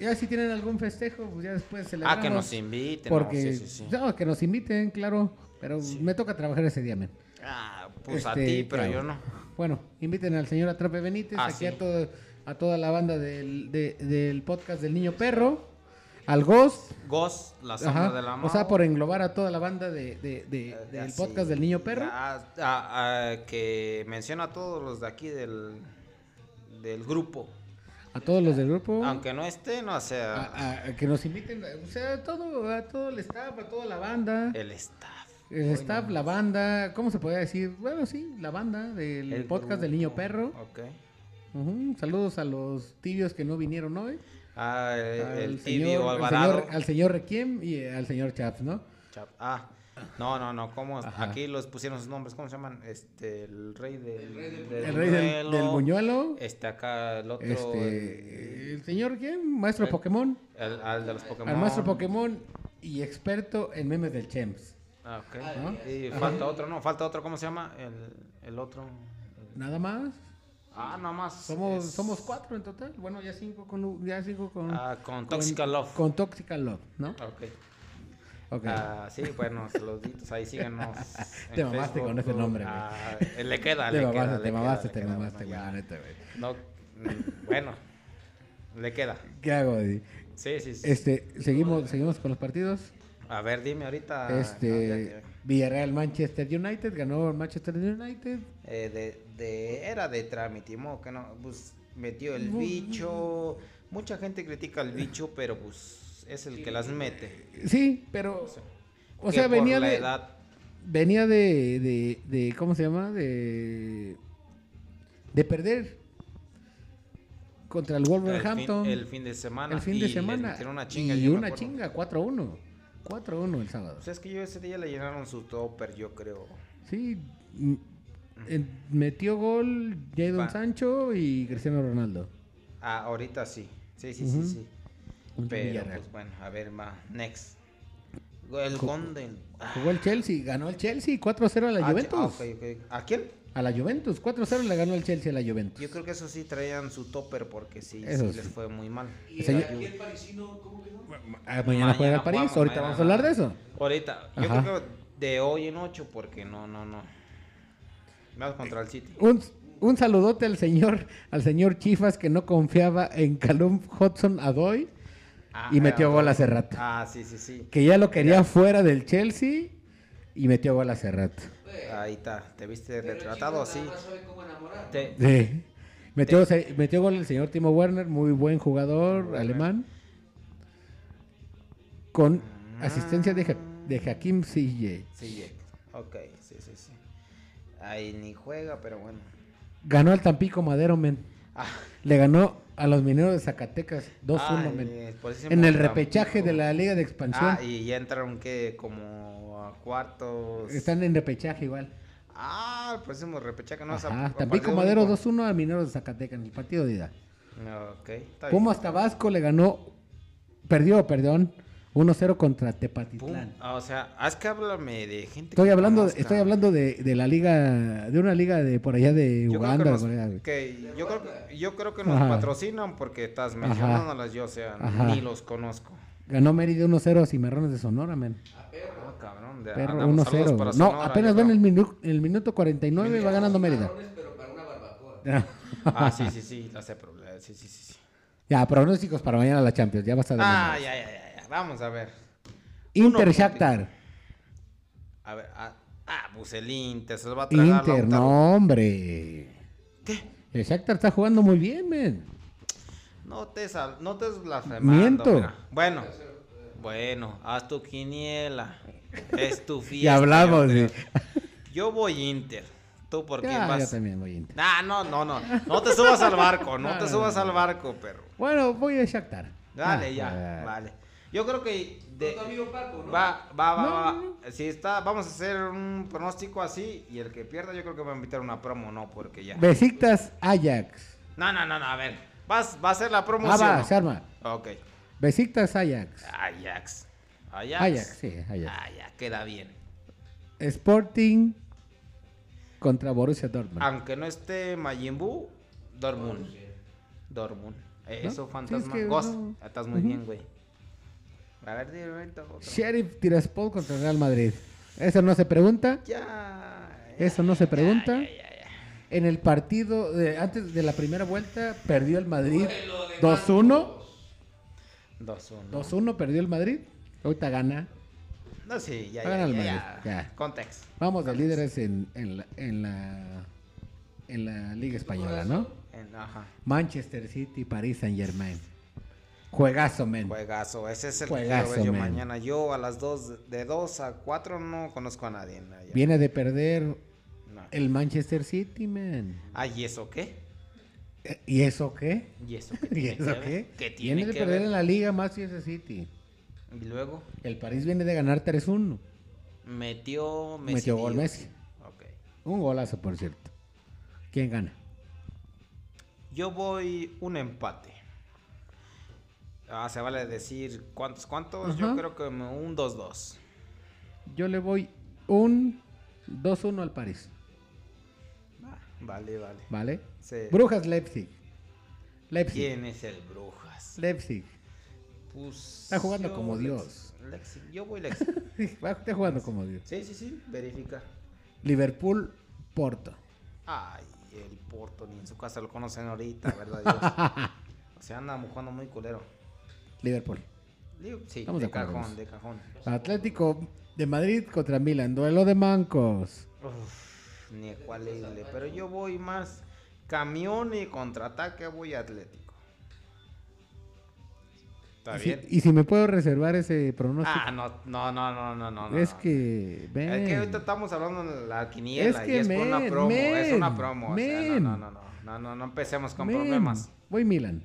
ya si tienen algún festejo, pues ya después se
Ah, que nos inviten. no,
Porque,
sí, sí, sí.
no, que nos inviten, claro. Pero me toca trabajar ese día, men.
Ah, pues a
Este,
ti, pero
claro.
yo no.
Bueno, inviten al señor Atrape Benítez,
Ah,
aquí
sí.
a, todo- a toda la banda del, de- del podcast del Niño Perro, al Ghost,
Gos, la sombra de la Eh,
ajá, o sea, por englobar a toda la banda de, de- de- del
Así,
podcast del Niño Perro.
ah, ah, ah, que menciona a todos los de aquí del, del grupo.
a todos los del grupo,
Aunque no estén, o sea,
a- a- que nos inviten, o sea, a todo, a todo el staff, a toda la banda, el,
el staff.
staff, la banda, ¿cómo se podría decir? Bueno, sí, la banda del
el
podcast del
grupo,
Niño Perro.
Ok.
Ujú, Saludos a los tibios que no vinieron hoy.
Ah, el,
al
el tibio
señor- al
Alvarado.
señor- al señor Requiem y eh, al señor Chaps, ¿no?
Chap- Ah, no, no, no, ¿cómo?
Ajá.
Aquí los pusieron sus nombres, ¿cómo se llaman? Este, el rey del...
El rey del-
El rey del,
buñuelo.
del buñuelo.
Este acá, el otro...
Este, el señor ¿quién? Maestro
el-
Pokémon.
el, al de los Pokémon.
Al maestro Pokémon y experto en memes del Chems.
Ah, ok.
¿no?
Y
Ajá.
falta otro, ¿no? Falta otro, ¿cómo se llama? El, el otro...
Nada más.
Ah, nomás.
Somos,
es-
somos cuatro en total. Bueno, ya cinco con u- ya cinco con,
Ah, con
con,
Toxic Love. Ah,
con Toxical Love, ¿no?
Ok.
Ok.
Ah, sí, bueno, saluditos. pues Ahí síganos. en
Te mamaste
Facebook.
con ese nombre, güey.
Ah, le queda,
te mamaste, te
le queda. le queda,
mamaste,
le
te
queda,
mamaste, güey,
bueno,
la
ya.
neta, güey.
No, mm, bueno, le queda.
¿Qué hago, Eddie?
Sí, sí, sí.
Este, seguimos, seguimos con los partidos.
A ver, dime ahorita.
Este,
Ah. no,
Villarreal Manchester United, ganó el Manchester United.
ya, ya. Eh, de, de- era de trámite, mo, que no, pues metió el
Bu-
bicho. Mucha gente critica al bicho, pero pues es el que las mete.
Sí, pero o
Que
sea,
por
venía
la
de
edad
venía de, de, de- ¿cómo se llama? De de perder contra el
El fin-
Wolverhampton
El fin, de semana. y
de
les
semana
metieron una chinga.
y
yo me
una
acuerdo.
chinga 4-1. 4-1 el sábado.
Pues es que yo ese día le llenaron su topper, yo creo.
Sí, mm, eh, metió gol Jadon
Va.
Sancho y Cristiano Ronaldo.
Ah, ahorita sí. Sí, sí,
Ujú.
sí, sí.
Un
Pero
Villarreal.
pues bueno, a ver, más. Next. El Ah,
Cu-
Gondel.
Jugó el Chelsea, ganó el Chelsea 4-0 a
Ah,
la Juventus.
¿A quién?
A la Juventus, 4-0 le ganó el Chelsea a la Juventus.
Yo creo que eso sí traían su topper porque sí, sí
Eso
les
sí.
fue muy mal.
Y
O sea,
el,
yo-
aquí el parisino, ¿cómo quedó?
Ah, mañana juega París,
jugamos,
ahorita
mañana
vamos a hablar de eso.
Ahorita, yo
Ajá.
creo que de hoy en ocho porque no, no, no. Vamos contra el City.
Un, un saludote al señor, al señor Chifas que no confiaba en Calum Hudson Adoy
Ah,
y metió
ah,
gol hace rato.
Ah, sí, sí, sí.
Que ya lo quería fuera del Chelsea y metió gol hace rato.
Bueno,
Ahí está, te viste
pero el
retratado
chico
así.
nada más sabe cómo enamorar,
Te-
Sí. Metió, se- metió gol el señor Timo Werner, muy buen jugador
Werner.
alemán. Con asistencia de, Ja- de Hakim Ziyech.
Sí, Jack. ok, sí, sí, sí. Ahí ni juega, pero bueno.
Ganó al Tampico Madero, men. Le ganó a los mineros de Zacatecas 2-1
Ah,
men.
eh, por eso
en el
Tampico.
repechaje de la Liga de Expansión.
Ah, y ya entraron que como a cuartos.
Están en repechaje igual.
Ah, el próximo repechaje no es a-
Ajá.
a
Tampico
partido
Madero
único.
2-1 a mineros de Zacatecas en el partido de ida.
No, Ok, está bien.
Pumas Tabasco le ganó, perdió, perdón, 1-0 contra
Pum.
Tepatitlán.
Ah, o sea, haz que háblame de gente.
Estoy
que
hablando,
conozca.
estoy hablando de, de la liga, de una liga de por allá de
Yo creo que
Uganda.
nos-
por allá, güey.
que yo, creo, yo creo que nos
Ajá.
patrocinan porque estás mencionándolas yo, o sea,
Ajá.
ni los conozco.
Ganó Mérida 1-0 a Cimarrones de Sonora, men.
Ah, cabrón. De,
Perro
andamos saludos
1-0.
para
güey. No,
Sonora,
apenas
yo
va en el,
creo.
minu- el minuto 49 y va ganando Mérida.
Cabrones, pero para una barbacoa.
Ah, sí, sí, sí, la sé, pero la- sí, sí, sí. sí.
ya, pronósticos para mañana la Champions, ya vas a
Ah, ya, ya, ya, ya, vamos a ver.
Inter
uno-
Shakhtar.
A ver, ah, ah pues el Inter se lo va a tragar
Inter,
Lautaro.
no, hombre.
¿Qué?
El Shakhtar está jugando muy bien, men.
No te, sal- no te blasfemando.
Miento.
mira. Bueno, bueno, haz tu quiniela. Es tu fiesta.
Y hablamos.
Yo, creo.
sí.
Yo voy Inter. ¿Tú por qué
Ya, yo
vas?
también voy Inter.
Ah, no, no, no. No te subas al barco. No
No,
te
no,
subas
no.
al barco, perro.
Bueno, voy a Shakhtar.
Dale,
Ah,
ya.
ah.
Vale. Yo creo que. de-
Con tu amigo Paco, ¿no?
Va, va, va,
No,
va.
no,
Si está, vamos a hacer un pronóstico así. Y el que pierda, yo creo que va a invitar una promo, no, porque ya.
Besiktas Ajax.
No, no, no, no. A ver. ¿Vas, va a hacer la promo?
Ah,
sí o
va,
no?
se arma.
Ok.
Besiktas Ajax.
Ajax. Ajax.
Ajax, sí, Ajax.
Ah, ya, queda bien.
Sporting contra Borussia Dortmund.
Aunque no esté Majimbu,
Ah,
Dortmund. Dortmund. Eh,
¿No? Sí,
Eso,
es
fantasma.
que
Ghost,
no.
estás muy bien, güey. A ver, dime ahorita otro.
Sheriff Tiraspol contra Real Madrid. Eso no se pregunta.
Ya.
Eso no se pregunta.
ya, ya, ya.
En el partido, de, antes de la primera vuelta, perdió el Madrid
Duelo de
2-1.
bandos.
2-1.
2-1 perdió el Madrid. Ahorita gana.
No, sí, ya,
Hagan
ya,
al
ya,
Madrid,
ya.
ya.
Context.
Vamos de líderes en, en la, en, la, en la Liga Española, ¿no?
En- ajá.
Manchester City, París Saint Germain. Juegazo, men.
Juegazo. Ese es el
Juegazo,
que quiero ver yo
man.
mañana. Yo a las 2, de 2 a 4 no conozco a nadie. no, ya.
Viene de perder
No.
el Manchester City, men.
Ah, ¿y eso qué?
Eh, ¿Y eso qué?
¿Y eso qué?
¿Y
tiene
eso
que
qué?
ver? ¿Qué
Viene
tiene
de
que
perder en
ver?
la liga Manchester City.
Y luego
El París viene de ganar 3-1.
metió Messi.
Metió gol
tío.
Messi.
Ok.
Un golazo, por cierto. ¿Quién gana?
Yo voy un empate. Ah, se vale decir cuántos, cuántos. Yo
Ajá.
creo que me- un 2-2.
Yo le voy un 2-1 al París,
Va, Vale, vale.
¿vale?
Se-
Brujas Leipzig. Leipzig.
¿Quién es el Brujas?
Leipzig.
Pues,
Está jugando
yo
como
Lex-
Dios.
Lexi- Yo voy Lexi.
Va- Está jugando como Dios.
sí, sí, sí. Verifica.
Liverpool Porto.
Ay, el Porto ni en su casa lo conocen ahorita, ¿verdad? Dios? o sea, anda jugando muy culero.
Liverpool.
Digo, Sí,
Estamos
de
de acuerdo.
cajón, de cajón.
Atlético de Madrid contra Milan. Duelo de mancos.
Uf, ni a cuál irle, Pero yo voy más camión y contraataque, voy Atlético. ¿Está
Y si-
bien?
y si me puedo reservar ese pronóstico.
Ah, no, no, no, no, no, no. no,
es
no.
que. ven.
Es que ahorita estamos hablando de la quiniela
Es
y
que,
es por una
men,
promo, es una
men,
promo. o sea,
men.
no, no, no, no, no, no, no empecemos con
Men,
problemas.
Voy Milan.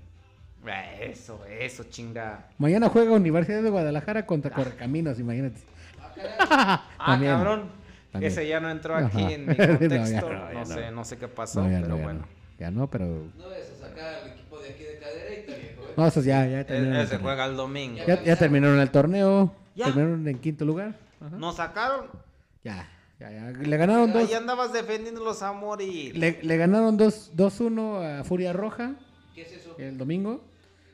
Eh, Eso, eso, chinga.
Mañana juega Universidad de Guadalajara contra Correcaminos, imagínate.
Ah,
También.
cabrón.
También.
Ese ya no entró aquí
Ajá.
en
No,
mi
ya
contexto.
no,
no,
ya no.
sé, no sé qué pasó,
No, ya, no,
Ah, pero
ya
bueno.
no. Ya no, pero.
No vayas a sacar al equipo de aquí de cadereita, viejo. ¿eh?
No, esos ya, ya
Él-
terminaron.
él
el
se
torneo.
E, juega el domingo.
Ya, ya terminaron el torneo.
Ya.
Terminaron en quinto lugar. Ajá.
Nos sacaron.
Ya, ya, ya. Le ganaron dos.
Ahí andabas defendiéndolos a morir.
Le, le ganaron 2-1 a Furia Roja
¿Qué es eso?
el domingo.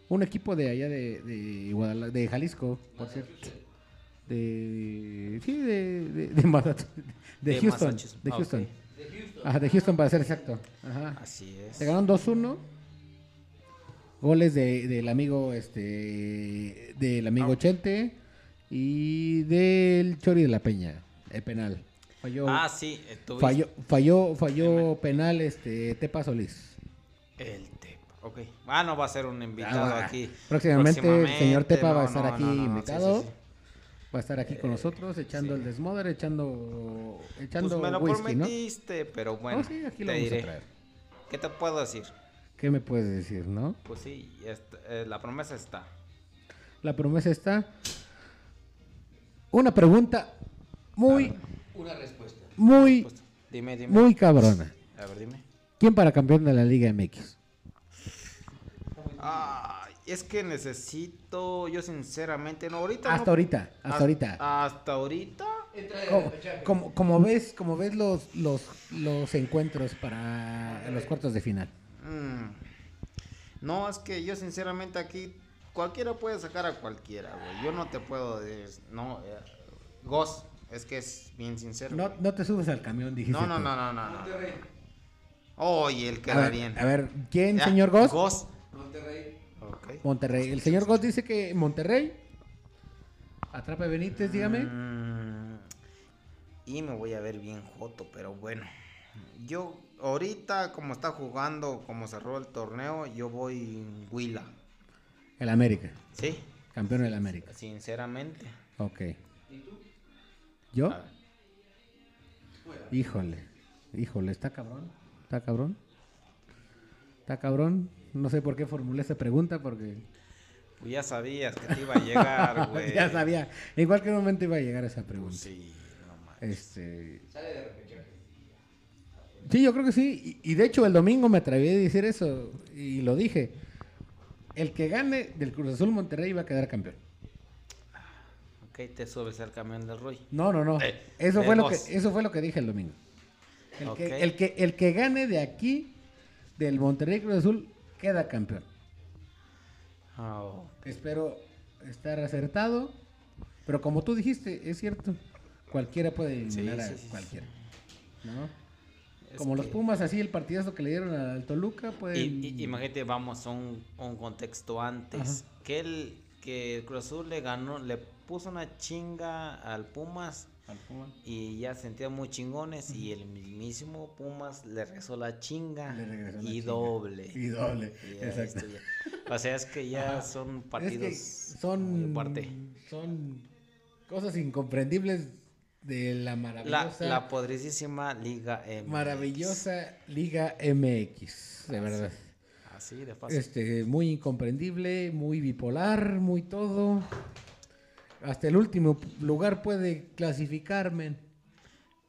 Un equipo de allá de, de, Guadala- de Jalisco, por cierto. De. Sí, de. De, de Massachu- de
De
Houston.
Massachusetts.
De
Ah,
Houston.
ok.
De Houston.
Ajá, de Houston para ser exacto. Ajá.
Así
Le
es.
ganaron 2-1. Goles de, del amigo este del amigo
Ah.
Chente y del Chori de la Peña, el penal. Falló
Ah, sí, eh, tuviste
falló falló falló penal este Tepa Solís.
el Tepa. Ok. Ah, no va a ser un invitado
Ah,
aquí.
próximamente el señor Tepa va a estar
no,
aquí
no, no, no, sí,
invitado.
sí, sí.
Va a estar aquí con nosotros echando
sí.
el desmoder, echando echando
Pues me lo
whisky, ¿no?
prometiste, pero bueno,
No, sí, aquí lo
te
vamos a
diré.
traer.
¿Qué te puedo decir?
¿Qué me puedes decir, no?
Pues sí, est- eh, la promesa está.
La promesa está. Una pregunta muy,
Una respuesta.
muy,
Pues, dime, dime.
muy cabrona.
A ver, dime.
¿Quién para campeón de la Liga MX?
Ay, es que necesito, yo sinceramente, no, ahorita.
Hasta
no-
ahorita, hasta
Has-
ahorita.
Hasta Ah. ahorita.
Entra en
Como,
el repechaje.
como, como ves, como ves los, los, los encuentros para los cuartos de final.
Mm. No, es que yo sinceramente aquí cualquiera puede sacar a cualquiera, güey. Yo no te puedo decir, no, eh, Goz, es que es bien sincero.
No,
güey.
no te subes al camión, dijiste.
no, no,
tú.
no, no, no, no.
Monterrey.
Oye, él
A
queda bien.
ver, a ver, ¿quién,
Ya,
señor Goss?
Goss.
Monterrey.
Ok.
Monterrey. El señor Goss dice que Monterrey. Atrape a Benítez, dígame.
Mm, y me voy a ver bien joto, pero bueno. Yo ahorita como está jugando, como cerró el torneo, yo voy en Huila.
El América.
Sí,
Campeón del América.
sinceramente.
Ok.
¿Y tú?
¿Yo?
A ver.
Fuera.
Híjole, híjole, está cabrón, está cabrón, está cabrón. No sé por qué formulé esa pregunta porque
Pues ya sabías que te iba a llegar, güey.
ya sabía, en cualquier momento iba a llegar esa pregunta.
Pues sí, no mames.
Este,
Sale de repechaje.
sí, yo creo que sí. Y, y de hecho el domingo me atreví a decir eso y lo dije. El que gane del Cruz Azul Monterrey va a quedar campeón.
Ok, te subes al camión del Roy.
No, no, no.
Eh,
Eso
de
fue lo que,
dos.
eso fue lo que dije el domingo. El,
Ok.
que, el, que, el que gane de aquí, del Monterrey Cruz Azul, queda campeón.
Ah, oh.
Espero estar acertado. Pero como tú dijiste, es cierto. Cualquiera puede
Sí,
eliminar
sí,
a
sí, sí.
cualquiera. ¿no?
Es
Como los
que-
Pumas, así el partidazo que le dieron al Toluca, pueden.
Y, y- imagínate, vamos a un, un contexto antes. Que el, que el Cruz Azul le ganó, le puso una chinga al Pumas
Al Puma.
y ya sentían muy chingones. Y el mismísimo Pumas le rezó la chinga
Le regresó la
y
chinga.
doble.
Y doble.
Y ya,
Exacto.
esto ya- O sea, es que ya son partidos
Es que
muy
son.
aparte.
Son cosas incomprendibles de la
La,
maravillosa.
la podridísima Liga MX.
Maravillosa Liga MX, de verdad.
Así de fácil.
Este, muy incomprendible, muy bipolar, muy todo. Hasta el último p- lugar puede clasificarme.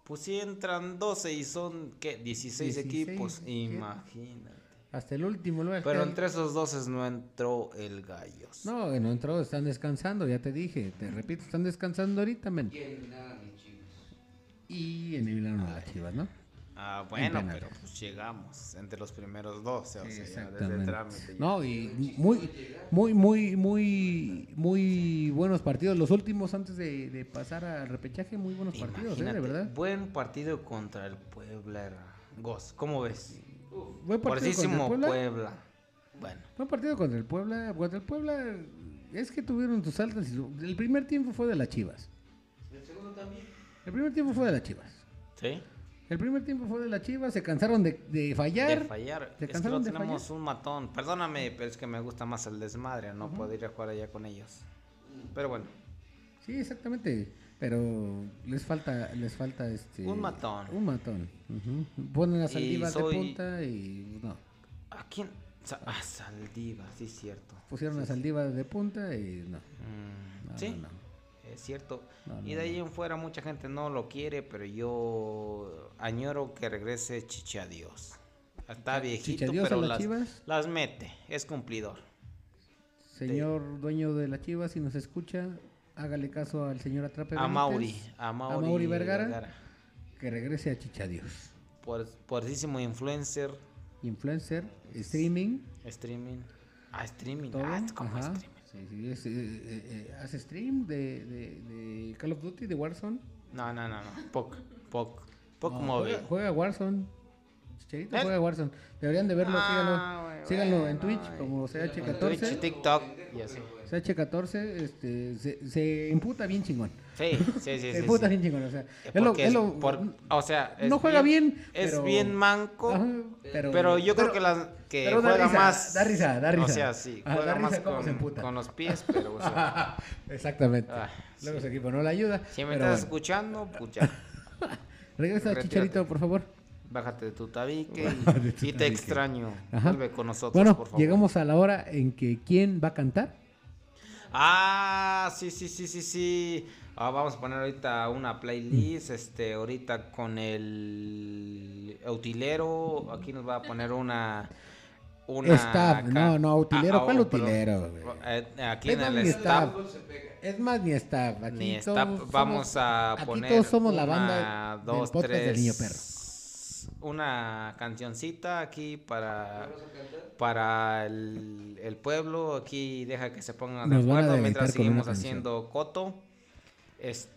Pues si entran 12 y son, ¿qué? 16,
16,
equipos.
¿qué?
Imagínate.
Hasta el último lugar.
Pero
queda-
entre esos 12 no entró el Gallos.
No, no entró, están descansando, ya te dije. Te repito, están descansando ahorita, men.
Y eliminaron a mis chicos.
Y eliminaron a las chivas, ¿no?
Ah, bueno,
penal.
pero pues llegamos entre los primeros 12. O sea, ya desde el
Exactamente.
trámite. ya.
No, y muy, muy, muy, muy, muy buenos partidos. Los últimos antes de, de pasar al repechaje, muy buenos partidos, ¿eh? De
Imagínate,
verdad.
Buen partido contra el Puebla. era. Goz, ¿cómo ves?
Buen partido contra el
Pobrecísimo Puebla.
Puebla.
Bueno,
Buen partido contra el Puebla. Contra el Puebla es que tuvieron tus altas. y su- El primer tiempo fue de las Chivas.
El segundo también.
El primer tiempo fue de las Chivas.
¿sí?
El primer tiempo fue de las Chivas. Se cansaron de, de fallar.
De fallar.
¿Te
Es que
cansaron
no
de
tenemos un matón. Perdóname, pero es que me gusta más el desmadre. No puedo ir a jugar allá con ellos. Pero bueno,
Sí, exactamente. Pero les falta, les falta este.
Un matón.
Un matón. ujú. Ponen a
Y
Saldívar
soy-
de punta y no.
¿a quién? Sa- Ah, Saldívar, sí, cierto.
Pusieron a Saldívar de punta y no.
Mm,
Pues, No,
sí,
no, no.
es cierto.
No,
y
no,
de ahí en fuera mucha gente no lo quiere, pero yo añoro que regrese Chicha Dios. Está viejito,
Chichadios a
pero
las
las,
Chivas.
las mete. Es cumplidor.
Señor dueño de las Chivas, si nos escucha, hágale caso al señor Atrape.
A
Benítez,
Mauri, a Mauri,
Mauri Vergara. Que regrese a Chichadios.
Por, poderosísimo influencer,
Influencer, streaming,
streaming. Ah, streaming.
todo.
Ah, ¿cómo
ajá.
streaming?
Sí, sí, es, eh, eh, eh, hace stream de, de- de Call of Duty, de Warzone.
No, no, no, no. Poc, poc. Poc
No,
móvil.
Juega, juega Warzone. Chicharito
¿Eh?
juega Warzone. Deberían de verlo,
Ah,
síganlo.
güey,
Síganlo en
bueno,
Twitch
eh.
como
Twitch y
CH14.
TikTok y así.
CH14 este, se, se imputa bien chingón.
Sí, sí, sí.
se
sí,
imputa
sí.
bien chingón. O sea,
Eh,
es lo-
porque
es
es-
lo-
por- o sea, es
no juega bien,
es
pero-
bien manco,
Ajá,
pero, yo creo que la que
pero da
juega
risa,
más
da risa, da
O
risa.
sea, sí,
Ah, da
juega
risa
más
cómo se
con,
emputa.
con los pies, pero o sea,
Exactamente.
Ah,
Luego su equipo no le ayuda.
si me
pero
estás
bueno.
escuchando, pucha.
Regresa
Retírate.
Chicharito, por favor.
Bájate de tu tabique y,
Bájate de tu
y te
tabique.
extraño.
Ajá.
Vuelve con nosotros,
Bueno,
por favor.
llegamos a la hora en que quién va a cantar.
Ah, sí, sí, sí, sí, sí. Ah, vamos a poner ahorita una
Mm.
playlist, este, ahorita con el utilero. Aquí nos va a poner una. una
Staff,
acá. Ah,
no,
oh,
no, utilero, ¿cuál
perdón.
utilero, güey?
Eh, aquí
Es
en el
mi
staff.
staff.
se pega.
Es más, ni está. Aquí
Ni
todos
está,
somos-
vamos a
aquí
poner.
todos somos la
una,
banda del
dos,
podcast del
tres,
Niño Perro.
Una cancioncita aquí para,
¿Vas a cantar?
para el, el pueblo. Aquí deja que se pongan de
Nos van a
acuerdo
deleitar
mientras
con una
seguimos
canción.
haciendo coto.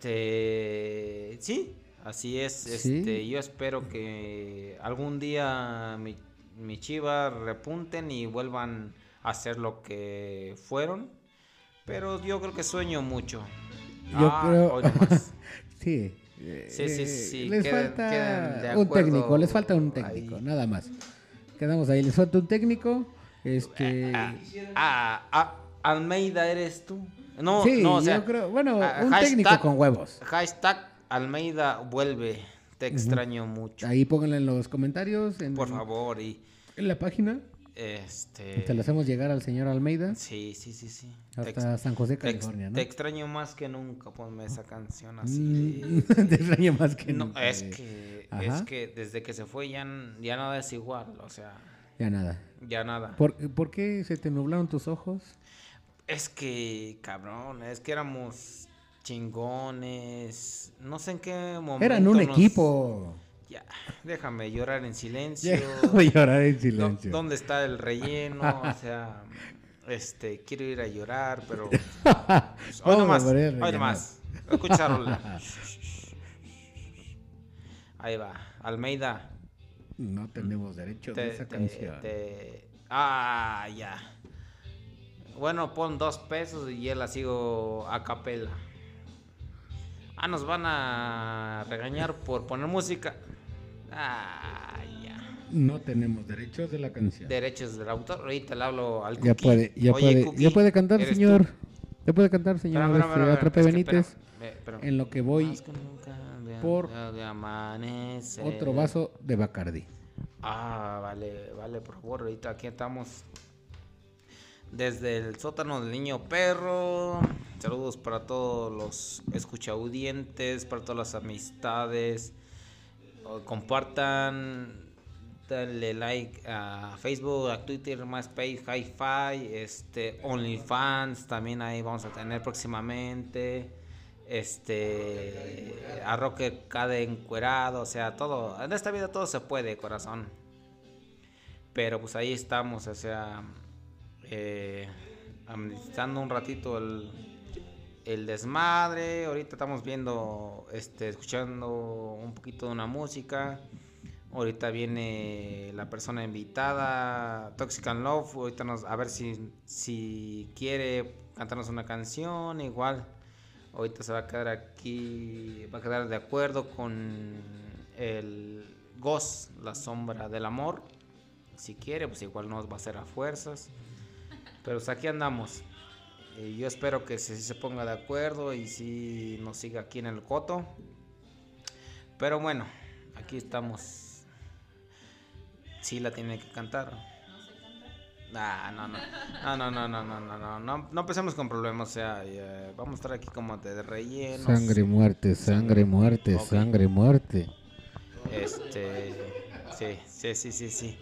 Este, sí, así es.
Sí.
Este, yo espero que algún día mi, mi Chiva repunten y vuelvan a ser lo que fueron. Pero yo creo que sueño mucho. Ah,
Yo creo-
hoy nomás.
Sí. eh,
Sí, sí, sí,
Les
queden-
falta
queden de
un
acuerdo
técnico, les falta un técnico,
ahí.
nada más. Quedamos ahí, les falta un técnico. Este.
Ah, ah, Almeida eres tú. ah, No,
sí,
no, o sea,
yo creo. Bueno,
ah,
un
hashtag-
técnico con huevos.
Hashtag Almeida vuelve. Te extraño mucho.
Ahí pónganlo en los comentarios. En,
Por favor, y
En la página.
este.
Te lo hacemos llegar al señor Almeida.
Sí, sí, sí, sí. Te ex-
Hasta San José,
te ex-
California, ¿no?
te extraño más que nunca, ponme esa canción así.
Mm,
de-
Te extraño más que
No,
nunca, eh,
es
güey.
que, es
Ajá.
que desde que se fue ya, n- ya nada es igual, o sea,
Ya nada.
ya nada.
¿Por, por qué se te nublaron tus ojos?
Es que, cabrón, es que éramos chingones, no sé en qué momento.
Eran un
nos-
equipo.
Ya, déjame llorar en silencio.
Déjame llorar en
¿Dó-
silencio.
¿Dónde está el relleno? O sea, este, quiero ir a llorar, pero... pues, hoy
Vamos a
nomás,
poner
hoy
relleno.
nomás. Escucharon. Ahí va, Almeida.
No tenemos derecho
Mm. Te-
de esa
te-
canción.
te- Ah, ya. Bueno, pon dos pesos y ya la sigo a capela. Ah, nos van a regañar por poner música. Ah, ya.
No tenemos derechos de la canción.
Derechos del autor. Ahorita le hablo al
Ya
Cookie.
puede, ya
Oye,
puede,
Cookie,
ya puede cantar,
¿eres tú?
señor. Ya puede cantar,
Espera,
señor.
espera,
este,
espera,
Atrape
espera, es que
Benítez.
espera, eh, espera.
en lo que voy,
Más que nunca, de-
por
de amanecer.
Otro vaso de Bacardi.
Ah, vale, vale, por favor, ahorita aquí estamos. Desde el sótano del niño perro. Saludos para todos los escuchaudientes, para todas las amistades. O- Compartan, dale like a Facebook, a Twitter, MySpace, Hi-Fi, este, OnlyFans, también ahí vamos a tener próximamente. Este, a Rocker cada encuerado, o sea, todo. En esta vida todo se puede, corazón. Pero pues ahí estamos, o sea, eh, amnistando un ratito el, el desmadre. Ahorita estamos viendo, este, escuchando un poquito de una música. Ahorita viene la persona invitada, Toxic and Love. Ahorita nos, a ver si, si quiere cantarnos una canción. Igual, ahorita se va a quedar aquí, va a quedar de acuerdo con el Ghost, la sombra del amor. Si quiere, pues igual nos va a hacer a fuerzas. Pero pues aquí andamos. Y yo espero que se, se ponga de acuerdo y si nos siga aquí en el coto. Pero bueno, aquí estamos. Sí la tiene que cantar. Ah, no, no, no, no, no, no, no, no, no, no, no empecemos con problemas, o sea, y, eh, vamos a estar aquí como de relleno.
Sangre, muerte, sangre, muerte,
Ok.
sangre, muerte.
Este. Sí, sí, sí, sí, sí.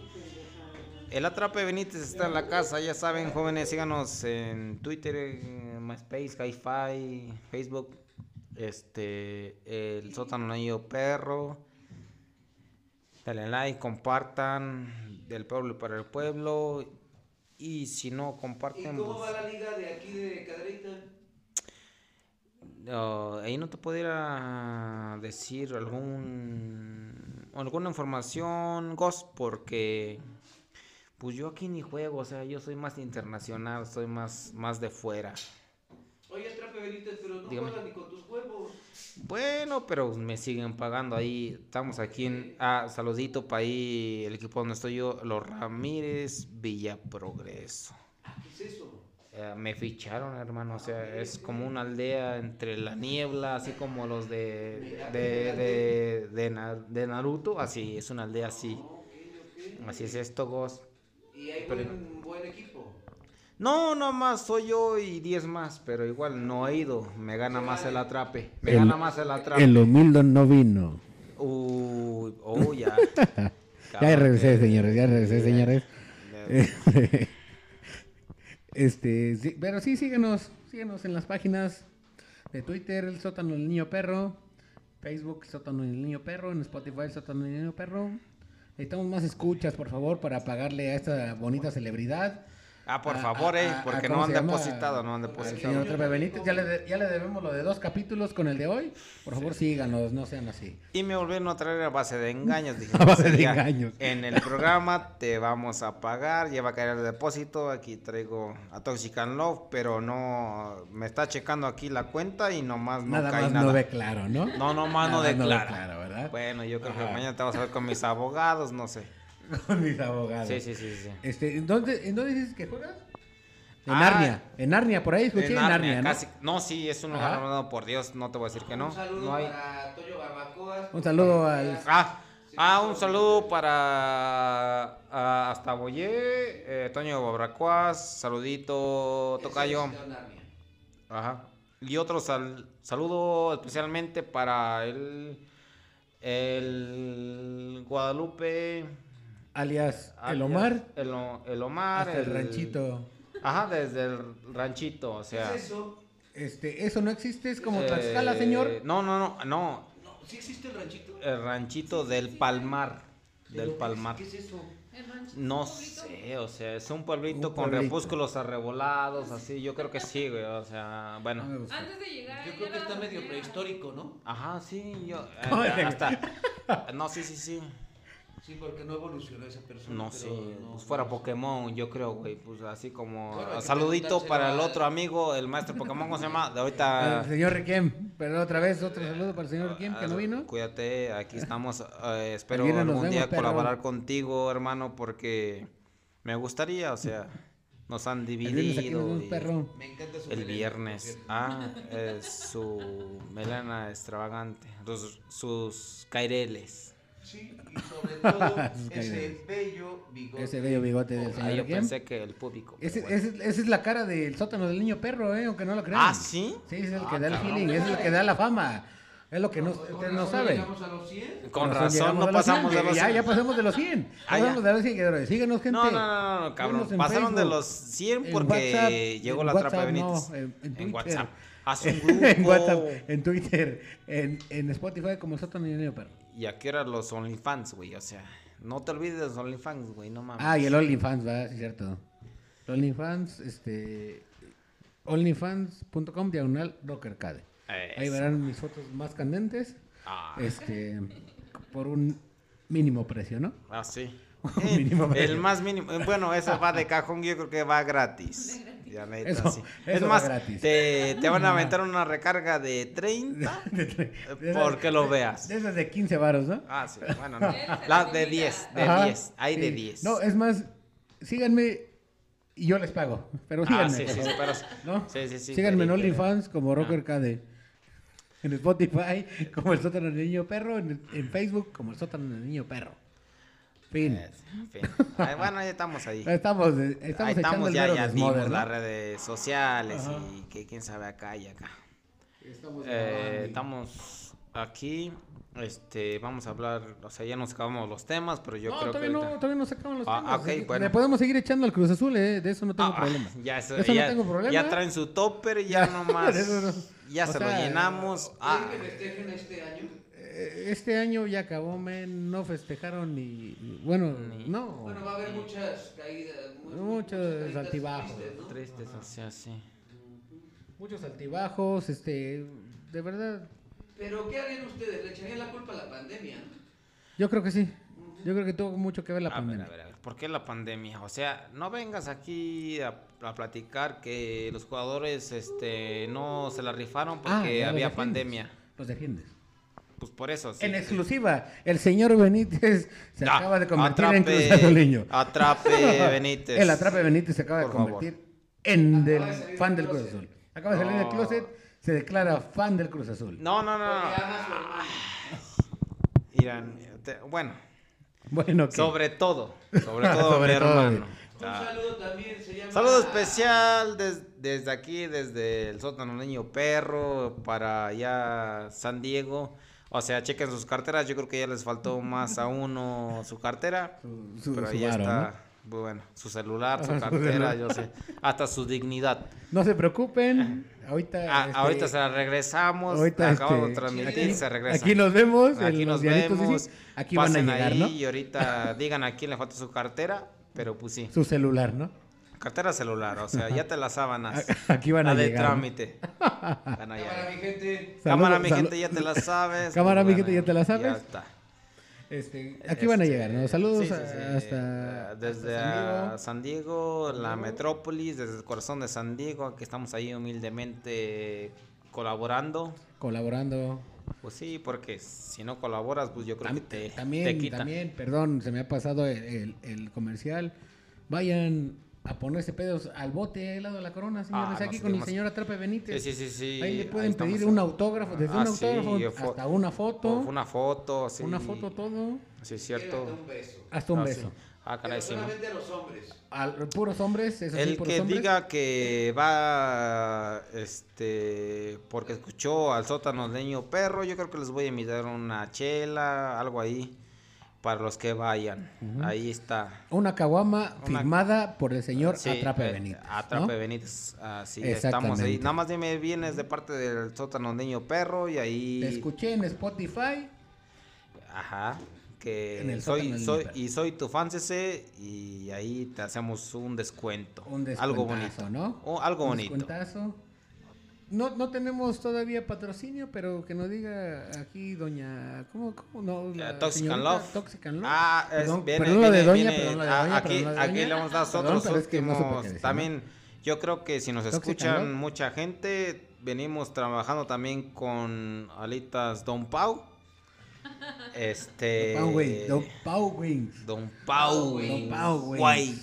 El Atrape Benítez está en la casa, ya saben, jóvenes, síganos en Twitter, en MySpace, Hi-Fi, Facebook, este, el sótano Niño perro. Dale like, compartan, del pueblo para el pueblo. Y si no
¿Y
comparten,
cómo
pues,
va la liga de aquí de Caderita?
No, ahí no te pudiera decir algún alguna información, Ghost, porque pues yo aquí ni juego, o sea, yo soy más internacional, soy más, más de fuera.
Oye, Trape Benítez, pero no
Dígame.
juegas ni con tus huevos.
Bueno, pero me siguen pagando ahí. Estamos aquí en. Ah, saludito para ahí el equipo donde estoy yo, los Ramírez Villaprogreso.
¿Qué es eso?
eh, me ficharon, hermano. O sea, es como una aldea entre la niebla, así como los de, de, de, de, Na- de Naruto. Así, es una aldea así. Así es esto, Ghost.
Y hay
Pero-
un buen equipo.
No, nomás soy yo y 10 más, pero igual no he ido. Me gana más el atrape. Me
El-
gana más el atrape.
El humilde no vino.
Uy, oh, ya.
Ya regresé,
Cámate.
señores, ya regresé,
Ya.
señores.
Ya.
este, sí, pero sí, síguenos, síguenos en las páginas de Twitter, El Sótano del Niño Perro, Facebook, El Sótano del Niño Perro, en Spotify, El Sótano del Niño Perro. Necesitamos más escuchas, por favor, para pagarle a esta bonita celebridad.
Ah, por
A-
favor,
a-
eh,
a-
porque
¿cómo
no han
se llama?
depositado, no han
Al
depositado.
señor Trepe Benítez. Ya le, de- ya le debemos lo de dos capítulos con el de hoy. Por favor, síganos, no sean así.
Y me volvieron a traer a base de engaños. Dije,
A base
"Ese
de
día
engaños".
En el programa te vamos a pagar, ya va a caer el depósito. Aquí traigo a Toxic and Love, pero no. Me está checando aquí la cuenta y nomás no
nada
cae
más
nada.
no ve claro, ¿no?
No,
Nada
nomás no
más
declara.
claro, ¿verdad?
Bueno, yo creo
Ajá.
que mañana te vas a ver con mis abogados, no sé.
Con mis abogados.
Sí, sí, sí, sí.
Este, ¿en dónde, en dónde dices que juegas? En
Ah.
Narnia, en Narnia, por ahí escuché en
En
Narnia,
Narnia,
¿no?
casi- ¿no? sí, es un lugar
Ajá.
abandonado por Dios, no te voy a decir que Ah, no.
Un saludo
No hay-
para Toyo Barbacoas.
Un saludo al-
Ah, ah, un saludo para ah, hasta Boyé, eh, Toño Babracuas, saludito, Tocayo. Ajá. Y otro sal- saludo especialmente para el, el Guadalupe.
Alias El
alias
Omar,
El, O- el Omar.
hasta el ranchito.
Ajá, desde el ranchito, o
¿Qué es
sea.
eso?
Este, eso no existe, es como
eh,
Tlaxcala, señor.
No, no, no, no.
No, ¿sí existe el ranchito?
El ranchito del Palmar. Del
Pero,
Palmar.
¿Qué es eso?
El ranchito
No
público.
sé, o sea, es un pueblito
Un
con
pueblito.
repúsculos arrebolados, así, yo creo que sí, güey, o sea,
No me
bueno.
gusta.
Antes de llegar.
Yo
ahí
creo que
a la
está medio
azotea.
prehistórico, ¿no?
Ah,
Ajá, sí, yo, eh,
¿Cómo te-
hasta, no, sí, sí, sí,
Sí, porque no evolucionó esa persona.
no
pero
sé,
no-
pues fuera Pokémon, yo creo, güey, pues así como,
Bueno, hay que
saludito para el
preguntárselo
otro
a-
amigo, el maestro Pokémon, ¿cómo se llama? De
Al
ahorita...
señor Riquem, pero otra vez otro saludo para el señor Riquem que no vino.
Cuídate, aquí estamos. eh, espero
viernes nos
algún
vemos,
día
perro.
colaborar contigo, hermano, porque me gustaría, o sea, nos han
El viernes aquí nos
dividido.
vemos,
y-
perro.
Me encanta su
El
melena,
viernes.
por cierto.
Ah, eh, su melana extravagante. Sus, sus caireles.
Sí, y sobre todo
Sus
ese
cairenes.
bello bigote.
Ese bello bigote del
Ah,
señor
yo
Riquem.
pensé que el público. pero
Ese-
bueno.
ese- Esa es la cara del sótano del niño perro, eh, aunque no lo crean.
Ah, ¿sí?
Sí, es el
Ah,
que da el
cabrón.
feeling, es el que da la fama. Es lo que no,
Con
ustedes
razón
no
no
saben.
llegamos a los 100.
Con razón,
llegamos a
no
los
pasamos
100,
de los.
Ya, ya pasamos de los 100.
Ah, ya.
pasamos de los 100 seguidores. Síganos, gente.
No, no, no, no, no, cabrón.
Síganos en
Pasaron de
Facebook,
los 100
en
porque
WhatsApp,
llegó
en
la trapa
WhatsApp,
Benítez.
no, en- en Twitter.
WhatsApp. Haz un grupo.
en WhatsApp, en Twitter, en, en Spotify, como Sótano y el Niño Perro.
¿Y a qué hora los OnlyFans, güey? O sea, no te olvides de los OnlyFans, güey, no mames.
Ah, y el OnlyFans, ¿verdad? Sí, cierto. OnlyFans, este. OnlyFans.com diagonal Rockercade. Ahí
Eso.
verán mis fotos más candentes.
Ah.
Este. Por un mínimo precio, ¿no?
Ah, sí.
Un
Eh,
mínimo
el
precio.
más mínimo. Eh, Bueno, eso va de cajón, yo creo que va gratis. Ya neta,
Eso-
sí.
eso
es
va
más,
gratis.
Te, te van a aventar una recarga de 30 eh, porque lo veas.
De esas de 15 varos, ¿no?
Ah, sí, bueno, no.
Él
La
se la
de
comida.
10, de
Ajá,
10, hay de
sí.
10.
No, es más, síganme y yo les pago. Pero síganme.
ah, sí, sí,
por
sí,
favor,
pero
¿no?
sí, sí, sí, Ah.
síganme en
pero-
OnlyFans como Rocker KD. En Spotify como El Sótano del Niño Perro. En, en Facebook como El Sótano del Niño Perro. Fin.
Eh, en fin. Ay, bueno, ya estamos ahí.
Estamos, estamos
ahí
echando
estamos,
el
ya,
mero
ya
desmoder,
dimos
¿no?
las redes sociales
Ajá.
y que quién sabe acá y acá.
Estamos
Eh,
grabando.
estamos aquí. Este, vamos a hablar. O sea, ya nos acabamos los temas, pero yo
no,
creo
todavía
que.
no,
ahorita-
todavía no sacamos los
Ah,
temas.
ok,
así que
bueno.
Le podemos seguir echando al Cruz Azul, eh, de eso no tengo
Ah, ah,
problema.
Ya, eso-
Eso no
ya-
tengo problema.
ya traen su topper, ya nomás.
Eso no.
Ya
O
se lo
sea,
llenamos. Ah,
¿Quieren que festejen este año?
Eh, Este año ya acabó, men, no festejaron ni... Bueno, no.
Oh.
Bueno, va a haber muchas caídas. mu-
Muchos
caídas
altibajos.
tristes, ¿no?
tristes, o sea, sí.
Muchos altibajos, este... De verdad,
Pero, ¿qué harían ustedes? ¿Le echarían la culpa a la pandemia?
yo creo que sí. Yo creo que tuvo mucho que ver la
a ver,
pandemia.
a ver, a ver, ¿Por qué la pandemia? O sea, no vengas aquí a, a platicar que los jugadores este, no se la rifaron
Ah,
porque
ya los
había
defiendes.
pandemia.
Los defiendes.
Pues por eso. sí.
En exclusiva, el señor Benítez se
Ah,
acaba de convertir en
atrape-
Cruz Azuleño.
Atrape Benítez.
El atrape Benítez se acaba de
Por favor.
convertir en del
Acaba de salir
fan
del
del Cruz
closet.
Azul. Acaba de salir del
No.
closet, se declara fan del Cruz Azul.
No, no, no.
Porque
no.
ama a su hermano.
Irán, te- bueno,
Bueno, ¿qué?
sobre todo. Sobre todo
Sobre
mi
todo,
hermano.
Un
Ah.
saludo también, se llama...
Saludo especial des- desde aquí, desde el sótano Niño Perro, para allá San Diego. O sea, chequen sus carteras. Yo creo que ya les faltó más a uno su cartera.
Su- su-
pero
su
ahí
varo, Ah,
está. Bueno, su celular, su
Su
cartera,
celular.
yo sé. Hasta su dignidad.
No se preocupen. Ahorita.
Ah,
este,
ahorita se la regresamos.
ahorita,
acabamos de
este,
transmitir,
aquí-
se regresa.
Aquí nos vemos. en
Aquí
los
nos
diaritos de
vemos.
sí. Aquí van a
pasen
llegar,
ahí
¿no?
Y ahorita digan a quién le falta su cartera. Pero pues sí.
Su celular, ¿no?
Cartera celular, o sea, ya te las sábanas.
A- aquí van a
La Ah, de
llegar, ¿no?
trámite. Van a
Cámara,
llegar.
mi gente.
Cámara,
Saludos,
mi
sal-
gente, ya te la sabes. Pues
Cámara, mi
Bueno,
gente, ya te la
Ya
sabes.
está.
Este, aquí van a
Este,
llegar, ¿no? Saludos
sí, sí,
a-
sí.
hasta.
Eh, Desde
hasta
a San Diego, la metrópolis, desde el corazón de San Diego, que estamos ahí humildemente colaborando.
Colaborando.
Pues sí, porque si no colaboras, pues yo creo
Tam-
que te,
también,
te quitan.
también, perdón, se me ha pasado el, el- el comercial. Vayan a ponerse pedos al bote ahí al lado de la corona, señores.
no
aquí
sé
con
qué
el
más.
señor Atrape
Ah, Sí,
Benítez.
sí, sí, sí.
Ahí le pueden
estamos
pedir
en-
un autógrafo, desde
Ah,
un autógrafo
sí, fo-
hasta una foto,
Una foto, sí.
una foto, todo,
Sí, es
Quiero dar
cierto.
un beso.
hasta un
Ah, sí.
beso.
Ah, caray,
Pero
sí, ¿no?
solamente a los hombres.
A puros hombres, eso sí,
El
puros
que
hombres.
diga que va, este, porque escuchó al sótano del niño perro, yo creo que les voy a invitar una chela, algo ahí, para los que vayan. Ahí está.
Una caguama
Una-
firmada por el señor
Sí,
Atrape
eh,
Benítez. ¿no?
Atrape Benítez. Así estamos ahí.
Exactamente.
Nada más dime, vienes de parte del sótano del niño perro y
Te
ahí...
escuché en Spotify.
Ajá. Que
En el sótano
soy,
del
soy,
Niño Perro.
y soy tu fan, CC, y ahí te hacemos un descuento.
Un
algo
descuentazo,
bonito.
¿no?
O algo
Un
bonito.
descuentazo. No, no tenemos todavía patrocinio, pero que nos diga aquí doña... ¿Cómo? cómo? No, la
Eh, Toxic and
señorita
Love.
Toxic and Love.
Ah, es-
perdón,
viene-
perdón, lo de
viene-
doña,
viene-
perdón, lo de
ah,
doña,
aquí,
perdón, lo de
aquí
doña.
le hemos dado
Perdón,
otros
pero es que no
últimos.
supe qué decir, ¿no?
También, yo creo que si nos
Toxic and
escuchan
Love.
mucha gente, venimos trabajando también con alitas Don Pau. Este.
Pau Wings, Don Pau Wings.
Don Pau.
Don Pau Wings.
Guay.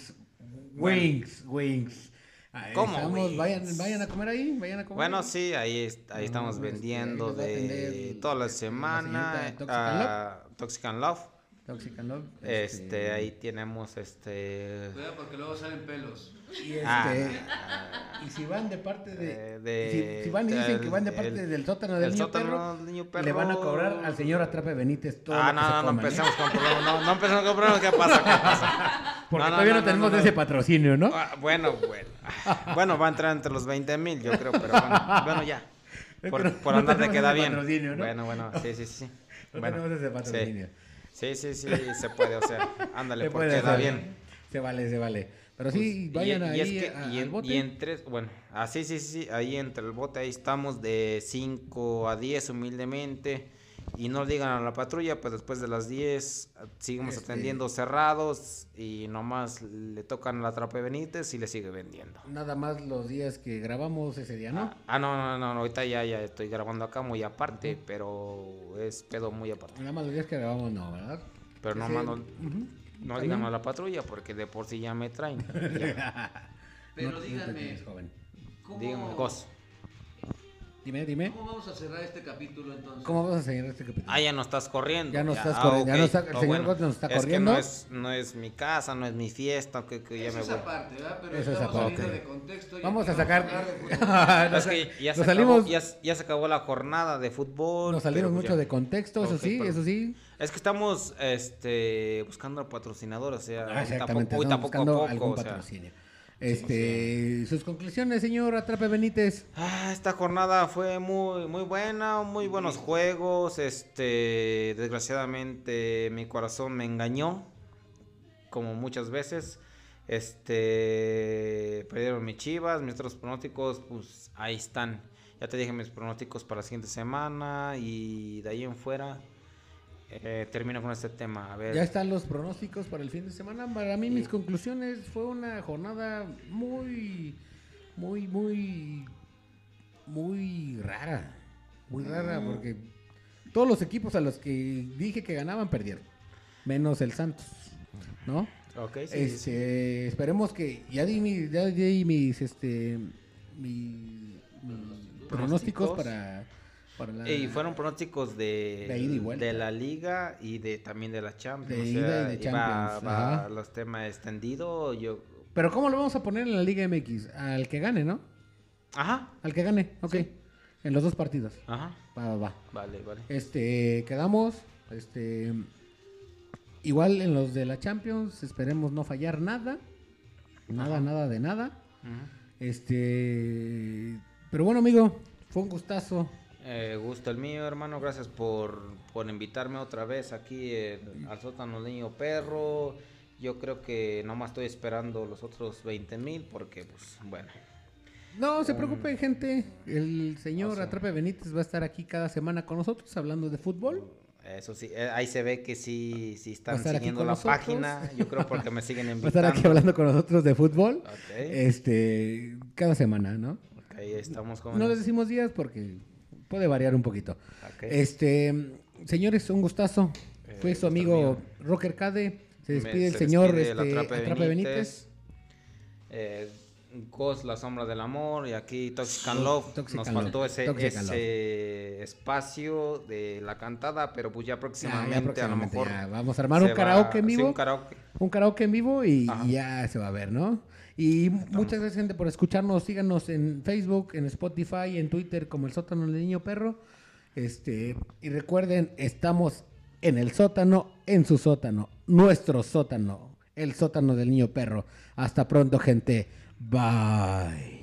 Wings, Wings. Ahí
¿Cómo
estamos,
wings?
Vayan, vayan a comer ahí, vayan a comer.
Bueno,
ahí.
sí, ahí, est- ahí
No,
estamos
este, ahí
vendiendo
nos va a
de
atender
toda la
este, la
semana.
señorita Toxic and
ah, Toxic and Love.
Toxic and Love.
Este, ahí tenemos este.
Cuidado porque luego salen pelos.
Y, este,
ah,
y si van de parte de...
eh, de-
si, si van y dicen que van de
el-
parte del sótano del
el
niño
sótano
perro,
del niño
le
perro.
van a cobrar al señor Atrape Benítez todo lo
Ah,
que
no,
se
no, no
coman, ¿eh?
empecemos con problemas. No, no empecemos con problemas. ¿Qué pasa? ¿Qué pasa?
Porque todavía no, tenemos ese patrocinio, ¿no?
Ah, Bueno, bueno. Bueno, va a entrar entre los 20 mil, yo creo, pero bueno, bueno ya.
Es
Por,
que no-
por
no
andar de
tenemos
queda
ese
bien.
patrocinio, ¿no?
Bueno, bueno, sí, sí, sí.
No
Bueno,
tenemos ese
sí.
patrocinio.
Sí, sí, sí, se puede, o sea, ándale,
Se
porque
puede
queda
hacer.
bien.
Se vale, se vale. Pero sí,
Pues, y-
vayan ahí
y es que-
a-
y
al
en-
bote.
y en tres- bueno, así, sí, sí, sí, ahí entre el bote, ahí estamos de 5 a 10 humildemente. Y no digan a la patrulla, pues después de las 10 seguimos
Este-
atendiendo cerrados y nomás le tocan la trape Benítez y le sigue vendiendo.
Nada más los días que grabamos ese día, ¿no?
Ah, no, no, no, no, ahorita ya, ya estoy grabando acá muy aparte, pero es pedo muy aparte.
Nada más los días que grabamos, no, ¿verdad?
Pero
Que
nomás
se-
no,
Ujú.
no digan a la patrulla porque de por sí ya me traen. Ya.
Pero
No te- no te
díganme,
tienes, joven.
¿cómo,
Díganme, gozo.
Dime, dime.
¿cómo vamos a cerrar este capítulo entonces?
¿Cómo vamos a seguir este capítulo?
Ah, ya no estás corriendo. ah,
Ya no estás corriendo, ya
ok.
no está- el señor Gómez nos está
es
corriendo.
Que no, es, no es mi casa, no es mi fiesta, que, que ya
Eso
me
es
voy.
aparte, ¿verdad? Pero
Eso es
estamos
aparte.
saliendo
Ok.
de contexto. y
Vamos
aquí
a sacar.
hablar de fútbol.
Es que ya se,
nos
acabó,
salimos,
ya, se- ya se acabó la jornada de fútbol.
nos salimos
pero pues
mucho
ya.
de contexto, eso
Ok,
sí,
pero-
eso sí.
Es que estamos este, buscando patrocinador, o
Ah,
sea, ahorita
Exactamente,
poco-
estamos
ahorita poco a
buscando
poco.
algún
o sea.
patrocinio. Este, sus conclusiones, señor Atrape Benítez.
Ah, esta jornada fue muy, muy buena, muy buenos juegos. Este, desgraciadamente mi corazón me engañó, como muchas veces. Este, perdieron mis chivas, mis otros pronósticos, pues ahí están. Ya te dije mis pronósticos para la siguiente semana y de ahí en fuera eh, termino con este tema. A ver.
Ya están los pronósticos para el fin de semana. Para mí, mis conclusiones, fue una jornada muy, muy, muy, muy rara. Muy
Mm.
rara, porque todos los equipos a los que dije que ganaban perdieron. Menos el Santos, ¿no?
Ok, sí, sí, sí.
Este, esperemos que ya di, mi- ya di mis este mi- mi pronósticos
Pronósticos.
para para la
Y fueron pronósticos de,
De ida y vuelta.
de la liga y de también de la Champions.
De
o
ida
sea,
y de
iba-
Champions,
va
ajá.
los temas extendidos. Yo...
Pero cómo lo vamos a poner en la Liga MX al que gane, ¿no?
Ajá,
Al que gane, ok. En los dos partidos.
ajá.
Va, va, va.
Vale, vale.
Este, quedamos este igual en los de la Champions, esperemos no fallar nada. Nada,
Ajá.
nada de nada.
Ujú.
Este, pero bueno, amigo, fue un gustazo.
Eh, gusto el mío, hermano. Gracias por, por invitarme otra vez aquí en- al sótano del niño perro. Yo creo que nomás estoy esperando los otros 20 mil porque, pues, bueno.
No
Ah.
se preocupen, gente. El señor
o sea.
Atrape Benítez va a estar aquí cada semana con nosotros hablando de fútbol.
Eso sí, eh, ahí se ve que sí, sí
Va a
están
estar aquí
siguiendo
con
la
nosotros.
página. Yo creo porque me siguen
Va a estar aquí
invitando.
hablando con nosotros de fútbol.
Ok,
Este, cada semana, ¿no?
ok, estamos con...
No les decimos días porque puede variar un poquito.
Ok.
Este, señores, un gustazo.
Eh,
Fue su
gusto
amigo
mío.
Rocker Cade. Se
Me-
despide el
se
señor
despide el
este,
Atrape
Atrape, Benítez. Ah,
Benítez. eh, Ghost, la sombra del amor, y aquí Toxic and
Sí,
Love.
Toxic
Nos
and Love,
faltó ese,
Toxic and
ese espacio de la cantada, pero pues ya
Ah,
próximamente,
ya próximamente,
a lo mejor.
ya. Vamos a armar
se
un
va-
karaoke en
sí,
vivo.
un karaoke.
un karaoke en vivo y
Ajá.
y ya se va a ver, ¿no? Y muchas gracias, gente, por escucharnos. Síganos en Facebook, en Spotify, en Twitter, como el sótano del niño perro. Este, y recuerden, estamos en el sótano, en su sótano, nuestro sótano, el sótano del niño perro. Hasta pronto, gente. Bye.